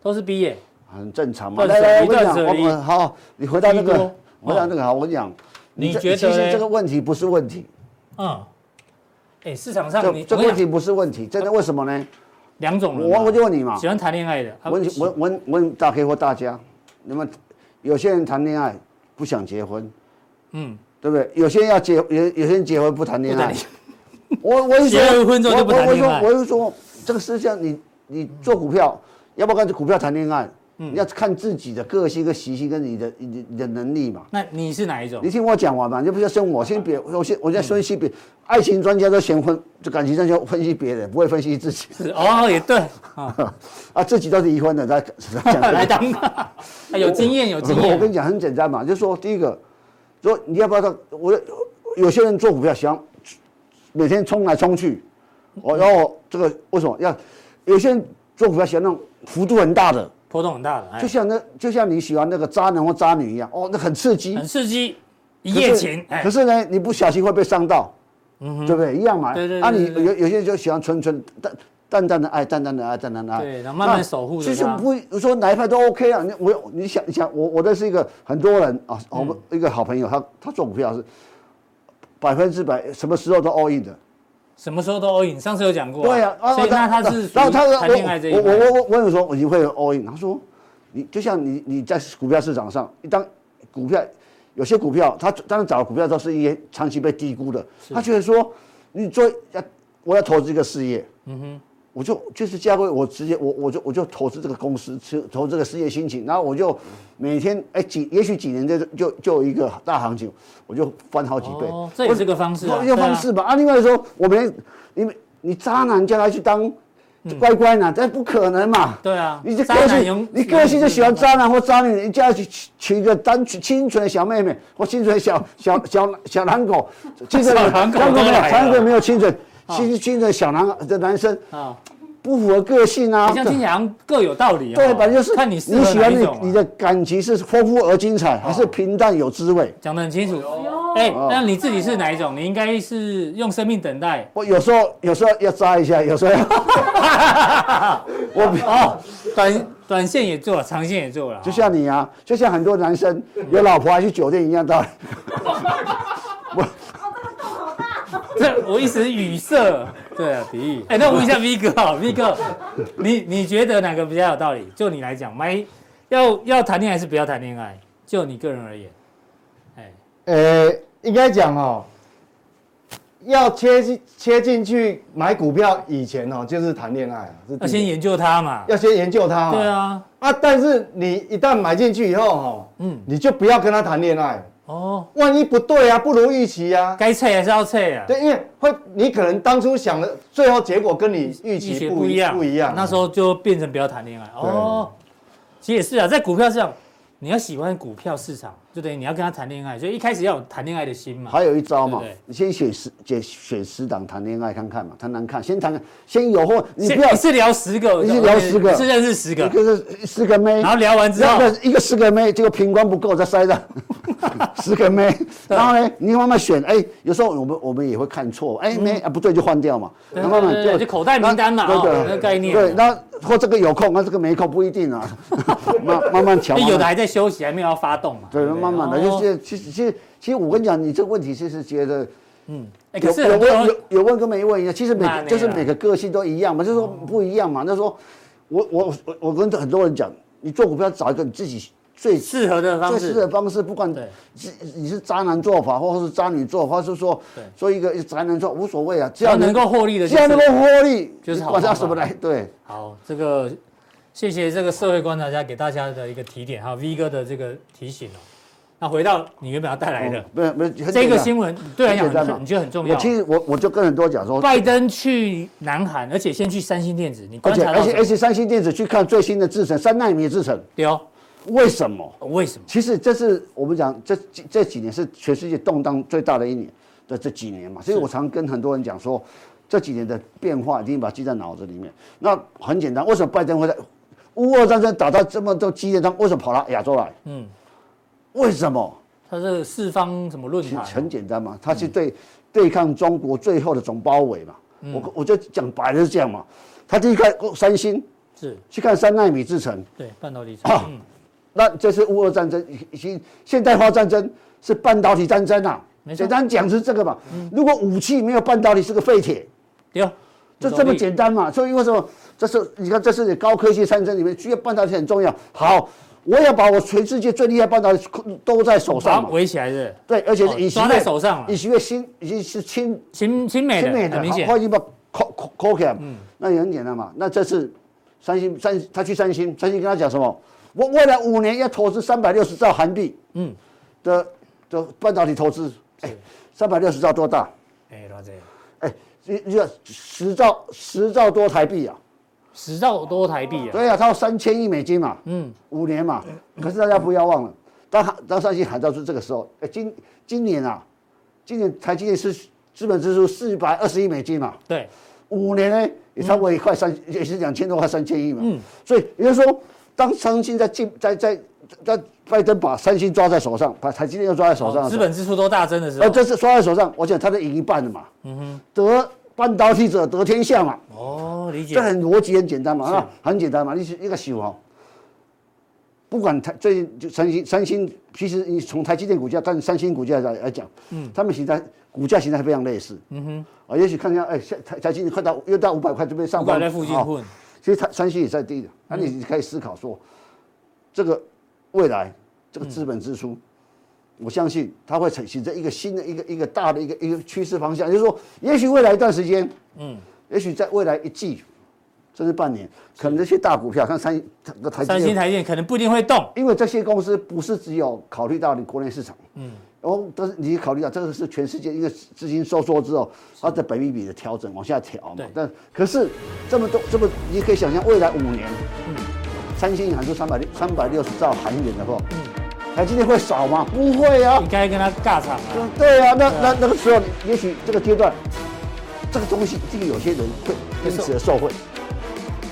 [SPEAKER 2] 都是 B 耶。
[SPEAKER 3] 很正常嘛。
[SPEAKER 2] 断舍离
[SPEAKER 3] 来来，我跟你
[SPEAKER 2] 断
[SPEAKER 3] 讲，
[SPEAKER 2] 舍
[SPEAKER 3] 我
[SPEAKER 2] 离
[SPEAKER 3] 们好，你回到那
[SPEAKER 2] 逼
[SPEAKER 3] 个
[SPEAKER 2] 多，
[SPEAKER 3] 回到那个好，我跟你讲，
[SPEAKER 2] 你
[SPEAKER 3] 这
[SPEAKER 2] 觉得
[SPEAKER 3] 其实
[SPEAKER 2] 嘞
[SPEAKER 3] 这个问题不是问题，
[SPEAKER 2] 嗯，哎，市场
[SPEAKER 3] 这
[SPEAKER 2] 上你
[SPEAKER 3] 这
[SPEAKER 2] 我跟
[SPEAKER 3] 个问
[SPEAKER 2] 你
[SPEAKER 3] 题
[SPEAKER 2] 讲
[SPEAKER 3] 不是问题，真的为什么呢？
[SPEAKER 2] 两种人嘛，啊
[SPEAKER 3] 我我就问你嘛
[SPEAKER 2] 喜，欢谈恋爱的，啊
[SPEAKER 3] 问
[SPEAKER 2] 喜
[SPEAKER 3] 问问问大 K 或大家，那么有些人谈恋爱不想结婚，
[SPEAKER 2] 嗯，
[SPEAKER 3] 对不对？有些人要结，有有些人结婚不谈恋爱
[SPEAKER 2] 不。
[SPEAKER 3] 我我一直
[SPEAKER 2] 结了婚之后就不谈恋爱
[SPEAKER 3] 我我我就说，我就说这个世界上你你做股票，要不要跟股票谈恋爱？
[SPEAKER 2] 嗯
[SPEAKER 3] 你要看自己的个性跟习性跟你的你你的能力嘛。
[SPEAKER 2] 那你是哪一种
[SPEAKER 3] 你？听我讲完嘛，你不要生我，先别，我先我在分析
[SPEAKER 2] 嗯
[SPEAKER 3] 别，爱情专家都嫌婚，就感情专家分析别人，不会分析自己
[SPEAKER 2] 是哦，也对 (laughs) 啊，
[SPEAKER 3] 啊，自己都离婚了，再再讲这
[SPEAKER 2] (laughs)
[SPEAKER 3] 个
[SPEAKER 2] 来当，哎有经验有经
[SPEAKER 3] 我跟
[SPEAKER 2] 验，
[SPEAKER 3] 你讲，很简单嘛，就是说第一个，说你要不要到我有些人做股票喜欢每天冲来冲去，哦，然后这个为什么要？有些人做股票喜欢那种幅度很大的，
[SPEAKER 2] 波动很大的，哎
[SPEAKER 3] 就像那就像你喜欢那个渣男或渣女一样，哦，那很刺激
[SPEAKER 2] 很，刺激，一
[SPEAKER 3] 可是
[SPEAKER 2] 夜情，哎嗯
[SPEAKER 3] 可，是呢，你不小心会被伤到，对不对？一样嘛。
[SPEAKER 2] 对对对
[SPEAKER 3] 啊，你
[SPEAKER 2] 对对
[SPEAKER 3] 有有些人就喜欢纯纯淡淡淡的爱，淡淡的爱，淡淡的爱。
[SPEAKER 2] 对然后慢慢
[SPEAKER 3] 那
[SPEAKER 2] 守护着
[SPEAKER 3] 其实
[SPEAKER 2] 他
[SPEAKER 3] 不，我说哪一派都 OK 啊。你我你想你想，我我认识一个很多人啊，我
[SPEAKER 2] 嗯
[SPEAKER 3] 们一个好朋友，他他做股票是百分之百，什么时候都 all in 的。
[SPEAKER 2] 什么时候都 all in，上次有讲过啊，
[SPEAKER 3] 对呀，啊
[SPEAKER 2] 所以那他是
[SPEAKER 3] 然后他
[SPEAKER 2] 属于
[SPEAKER 3] 说
[SPEAKER 2] 谈恋爱这一
[SPEAKER 3] 我我
[SPEAKER 2] 块，
[SPEAKER 3] 我我我有时候你会有 all in，他说你就像你你在股票市场上，一当股票有些股票，他当然找的股票都是一些长期被低估的，他觉得说你做要我要投资一个事业，嗯哼，我就就是价位，我直接我我就我就投资这个公司，投投这个事业心情，然后我就每天哎几也许几年就就就有一个大行情，我就翻好几倍
[SPEAKER 2] 哦，这也是个方式啊
[SPEAKER 3] 一个方式吧。啊，另外说我们你们你渣男叫他去当乖乖男，这不可能嘛。
[SPEAKER 2] 对啊，
[SPEAKER 3] 你这
[SPEAKER 2] 渣
[SPEAKER 3] 个
[SPEAKER 2] 男
[SPEAKER 3] 性
[SPEAKER 2] 永，
[SPEAKER 3] 你个性就喜欢渣男或渣女，你就要去娶娶一个单纯清纯的小妹妹或清纯的小小小小狼狗，清纯
[SPEAKER 2] 小
[SPEAKER 3] 的
[SPEAKER 2] 狼狗
[SPEAKER 3] 狼狗没
[SPEAKER 2] 都
[SPEAKER 3] 有，
[SPEAKER 2] 来了
[SPEAKER 3] 狼狗没有清纯，清清纯的小男的男生
[SPEAKER 2] 啊，
[SPEAKER 3] 不符合个性啊
[SPEAKER 2] 好。像听起来好像各有道理哦，
[SPEAKER 3] 对，反正就是
[SPEAKER 2] 看你适
[SPEAKER 3] 你
[SPEAKER 2] 合
[SPEAKER 3] 喜
[SPEAKER 2] 哪
[SPEAKER 3] 欢
[SPEAKER 2] 一
[SPEAKER 3] 你
[SPEAKER 2] 种啊，
[SPEAKER 3] 你的感情是丰富而精彩，还是平淡有滋味？
[SPEAKER 2] 讲得很清楚。
[SPEAKER 5] 哟
[SPEAKER 2] 哎，
[SPEAKER 3] 哦
[SPEAKER 2] 那你自己是哪一种？你应该是用生命等
[SPEAKER 3] (laughs)
[SPEAKER 2] 待，
[SPEAKER 3] 我有时候有时候要扎一下，有
[SPEAKER 2] (laughs)
[SPEAKER 3] 时候要 (laughs) 我啊，
[SPEAKER 2] 短短线也做，长线也做了。
[SPEAKER 3] 就像你啊，就像很多男生有老婆还去酒店一样道理。
[SPEAKER 5] 哦，这个洞好大，
[SPEAKER 2] (laughs) 这我一时语塞。对啊，比喻。哎，那我问一下 V 哥啊，V 哥，你你觉得哪个比较有道理？就你来讲，买要要谈恋爱还是不要谈恋爱？就你个人而言，哎，
[SPEAKER 4] 呃，应该讲哦，要切进切进去买股票以前哦，就是谈恋爱啊，是第
[SPEAKER 2] 要
[SPEAKER 4] 一
[SPEAKER 2] 先研究它嘛。
[SPEAKER 4] 要先研究它嘛。
[SPEAKER 2] 对啊，
[SPEAKER 4] 啊，但是你一旦买进去以后哈，
[SPEAKER 2] 嗯
[SPEAKER 4] 嗯，你就不要跟他谈恋爱，
[SPEAKER 2] 哦，
[SPEAKER 4] 万一不对啊，不如预期啊。
[SPEAKER 2] 该测还是要测啊。
[SPEAKER 4] 对，因为会你可能当初想的，最后结果跟你预
[SPEAKER 2] 预
[SPEAKER 4] 期
[SPEAKER 2] 期
[SPEAKER 4] 不
[SPEAKER 2] 不一样，
[SPEAKER 4] 不一样。啊
[SPEAKER 2] 那时候就变成不要谈恋爱哦。其实也是啊，在股票市场，你要喜欢股票市场，就等于你要跟他谈恋爱，所以一开始要有谈恋爱的心嘛。
[SPEAKER 3] (laughs) 还有一招嘛
[SPEAKER 2] 对不对，
[SPEAKER 3] 你先选十选选十档谈恋爱看看嘛，谈谈看，先谈谈，先有货，你
[SPEAKER 2] 先
[SPEAKER 3] 不要
[SPEAKER 2] 一，次聊十个，
[SPEAKER 3] 一次聊十个
[SPEAKER 2] 一次认识十个，
[SPEAKER 3] 就是四个妹，
[SPEAKER 2] 然后聊完之
[SPEAKER 3] 然
[SPEAKER 2] 后
[SPEAKER 3] 后，一个四个妹，这个平光不够再塞
[SPEAKER 2] (laughs)
[SPEAKER 3] 上十个妹，然后呢，你慢慢选，哎，有时候我们我们也会看错，哎，没啊不对就换掉嘛，
[SPEAKER 2] 嗯对
[SPEAKER 3] 然后慢慢
[SPEAKER 2] 对对对就口袋名单嘛
[SPEAKER 3] 那
[SPEAKER 2] 哦
[SPEAKER 3] 对对
[SPEAKER 2] 那个概念
[SPEAKER 3] 对，那或这个有空，那这个没空不一定
[SPEAKER 2] (laughs)
[SPEAKER 3] 啊，慢慢慢调，
[SPEAKER 2] 哎
[SPEAKER 3] 慢慢
[SPEAKER 2] 有的还在休息，还没有要发动嘛。
[SPEAKER 3] 对，
[SPEAKER 2] 不
[SPEAKER 3] 慢慢的，
[SPEAKER 2] 哦
[SPEAKER 3] 就是其实其实其实我跟你讲，你这个问题其实觉得
[SPEAKER 2] 哎，可
[SPEAKER 3] 有
[SPEAKER 2] 是
[SPEAKER 3] 有
[SPEAKER 2] 很多
[SPEAKER 3] 问有
[SPEAKER 2] 人
[SPEAKER 3] 有问跟没问一样，其实每
[SPEAKER 6] 那
[SPEAKER 3] 个
[SPEAKER 6] 没
[SPEAKER 2] 啊
[SPEAKER 3] 就是
[SPEAKER 6] 啦
[SPEAKER 3] 每个个性都一样嘛，就是
[SPEAKER 2] 哦
[SPEAKER 3] 说不一样嘛。那时候我我我我跟很多人讲，你做股票找一个你自己最
[SPEAKER 6] 适合的方
[SPEAKER 3] 最
[SPEAKER 6] 式
[SPEAKER 3] 适合的方式，不管
[SPEAKER 2] 对
[SPEAKER 3] 是你是渣男做法，或者是渣女做法，或是说
[SPEAKER 2] 对
[SPEAKER 3] 做一个宅男做无所谓啊，只
[SPEAKER 2] 只要
[SPEAKER 3] 要
[SPEAKER 2] 哦能够获利的，
[SPEAKER 3] 只要能够获利，
[SPEAKER 2] 就是好
[SPEAKER 3] 管他
[SPEAKER 2] 方法
[SPEAKER 3] 什么来对。
[SPEAKER 2] 好，这个谢谢这个社会观察家给大家的一个提点，还有 V 哥的这个提醒哦。那回到你原本要带来的、
[SPEAKER 3] 没有没有，哦很
[SPEAKER 2] 这
[SPEAKER 3] 简
[SPEAKER 2] 个
[SPEAKER 3] 单
[SPEAKER 2] 新闻，对来
[SPEAKER 3] 很
[SPEAKER 2] 讲
[SPEAKER 3] 简单
[SPEAKER 2] 很
[SPEAKER 3] 嘛
[SPEAKER 2] 你觉得很重
[SPEAKER 3] 我
[SPEAKER 2] 要。
[SPEAKER 3] 其实我我就跟很多人讲说，
[SPEAKER 2] 拜登去南韩，而且先去三星电子，你
[SPEAKER 3] 而
[SPEAKER 2] 观
[SPEAKER 3] 且
[SPEAKER 2] 察
[SPEAKER 3] 而
[SPEAKER 2] 到
[SPEAKER 3] 且
[SPEAKER 2] 什
[SPEAKER 3] 而
[SPEAKER 2] 么？
[SPEAKER 3] 且三星电子去看最新的制程，三纳米的制程，
[SPEAKER 2] 对哦，
[SPEAKER 3] 为什么？
[SPEAKER 2] 为什么？
[SPEAKER 3] 其实这是我们讲这这这几年是全世界动荡最大的一年的这几年嘛，所以我常跟很多人讲说，这几年的变化一定把记在脑子里面。那很简单，为什么拜登会在乌俄战争打到这么多激烈，他为什么跑到亚洲来？
[SPEAKER 2] 嗯，
[SPEAKER 3] 为什么？
[SPEAKER 2] 他这个四方什么论
[SPEAKER 3] 其实
[SPEAKER 2] 坛？啊
[SPEAKER 3] 很简单
[SPEAKER 2] 嗯
[SPEAKER 3] 嘛，他是对对抗中国最后的总包围嘛。
[SPEAKER 2] 嗯
[SPEAKER 3] 我我就讲白了是这样嘛，他第一看哦三星
[SPEAKER 2] 是
[SPEAKER 3] 去看三纳米制程，
[SPEAKER 2] 对半导体
[SPEAKER 3] 啊
[SPEAKER 2] 厂。嗯，
[SPEAKER 3] 那这次乌俄战争已已经现代化战争是半导体战争啊
[SPEAKER 2] 没，错嗯
[SPEAKER 3] 简单讲是这个嘛。如果武器没有半导体是个废铁，
[SPEAKER 2] 对哦，
[SPEAKER 3] 就
[SPEAKER 2] 有
[SPEAKER 3] 这
[SPEAKER 2] 道
[SPEAKER 3] 么
[SPEAKER 2] 理
[SPEAKER 3] 简单嘛。所以为什么这是你看这是高科技战争里面需要半导体很重要。好，我要把我全世界最厉害半导体都在手
[SPEAKER 2] 把
[SPEAKER 3] 上
[SPEAKER 2] 它
[SPEAKER 3] 嘛。
[SPEAKER 2] 围起来的，
[SPEAKER 3] 对，而且是尹锡
[SPEAKER 2] 哦抓
[SPEAKER 3] 悦
[SPEAKER 2] 在手上了
[SPEAKER 3] 尹锡悦新已经是亲
[SPEAKER 2] 亲亲美的，
[SPEAKER 3] 亲美
[SPEAKER 2] 很
[SPEAKER 3] 的，
[SPEAKER 2] 明显
[SPEAKER 3] 他。已经把扣扣扣起来。那也很简单嘛。那这次三星三他去三星，三星跟他讲什么？我未来五年要投资三百六十兆韩币，
[SPEAKER 2] 嗯
[SPEAKER 3] 嗯，的的半导体投资，哎，三百六十兆多大？
[SPEAKER 2] 哎，老姐，
[SPEAKER 3] 哎，你你看十兆十兆多台币啊，
[SPEAKER 2] 十兆多台币啊！
[SPEAKER 3] 对啊，他要三千亿美金嘛，
[SPEAKER 2] 嗯，
[SPEAKER 3] 五年嘛。可是大家不要忘了，当韩当三星喊到是这个时候，哎，今今年啊，今年台积电是资本支出四百二十亿美金嘛，
[SPEAKER 2] 对，
[SPEAKER 3] 五年呢也差不多也快三，也是两千多块三千亿嘛。
[SPEAKER 2] 嗯
[SPEAKER 3] 所以也就是说，当三星在进在在在拜登把三星抓在手上，把台积电又抓在手上的时
[SPEAKER 2] 啊资
[SPEAKER 3] 候，
[SPEAKER 2] 本支嗯出都大增的时
[SPEAKER 3] 呃，
[SPEAKER 2] 候，
[SPEAKER 3] 这次抓在手上，我想他都赢一半了嘛。得半导体者得天下嘛，
[SPEAKER 2] 哦，理解
[SPEAKER 3] 这。很逻辑很简单嘛，啊，很简单嘛，你是一个想哦。不管台最近就三星，三星其实你从台积电股价看三星股价来来讲，嗯，他们形态股价形态非常类似，嗯哼，啊，也许看一下，哎，下台台积电快到又到五百块这边上
[SPEAKER 2] 不
[SPEAKER 3] 方，
[SPEAKER 2] 管在附近
[SPEAKER 3] 好
[SPEAKER 2] 混，
[SPEAKER 3] 其实它山西也在低的，那你可以思考说，这个未来这个资本支出，我相信它会呈现在一个新的一个一个大的一个一个趋势方向，就是说，也许未来一段时间，嗯，也许在未来一季，甚至半年，可能这些大股票，像三整个台积
[SPEAKER 2] 三星
[SPEAKER 3] 电，
[SPEAKER 2] 台电可能不一定会动。
[SPEAKER 3] 因为这些公司不是只有考虑到你国内市场，嗯。然后，但是你考虑到这个是全世界一个资金收缩之后，它的本益比的调整往下调嘛
[SPEAKER 2] 对。
[SPEAKER 3] 但可是这么多这么，你可以想象未来五年，三星喊出三百六三百六十兆韩元的话，台积电会少吗？不会啊
[SPEAKER 2] 应，该跟他尬场啊。
[SPEAKER 3] 对啊，那那那个时候，也许这个阶段，这个东西一定有些人会因此而受惠，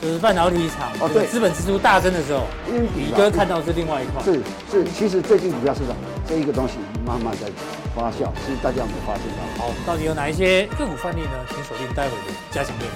[SPEAKER 2] 就是半导体厂
[SPEAKER 3] 哦
[SPEAKER 2] 这个
[SPEAKER 3] 对
[SPEAKER 2] 资本支出大增的时候，
[SPEAKER 3] 因为
[SPEAKER 2] 你哥看到是另外一块。
[SPEAKER 3] 是是，其实最近股票市场这一个东西慢慢在发酵，其实大家有没有发现到？
[SPEAKER 2] 哦好，到底有哪一些个股范例呢？请锁定待会的加强队。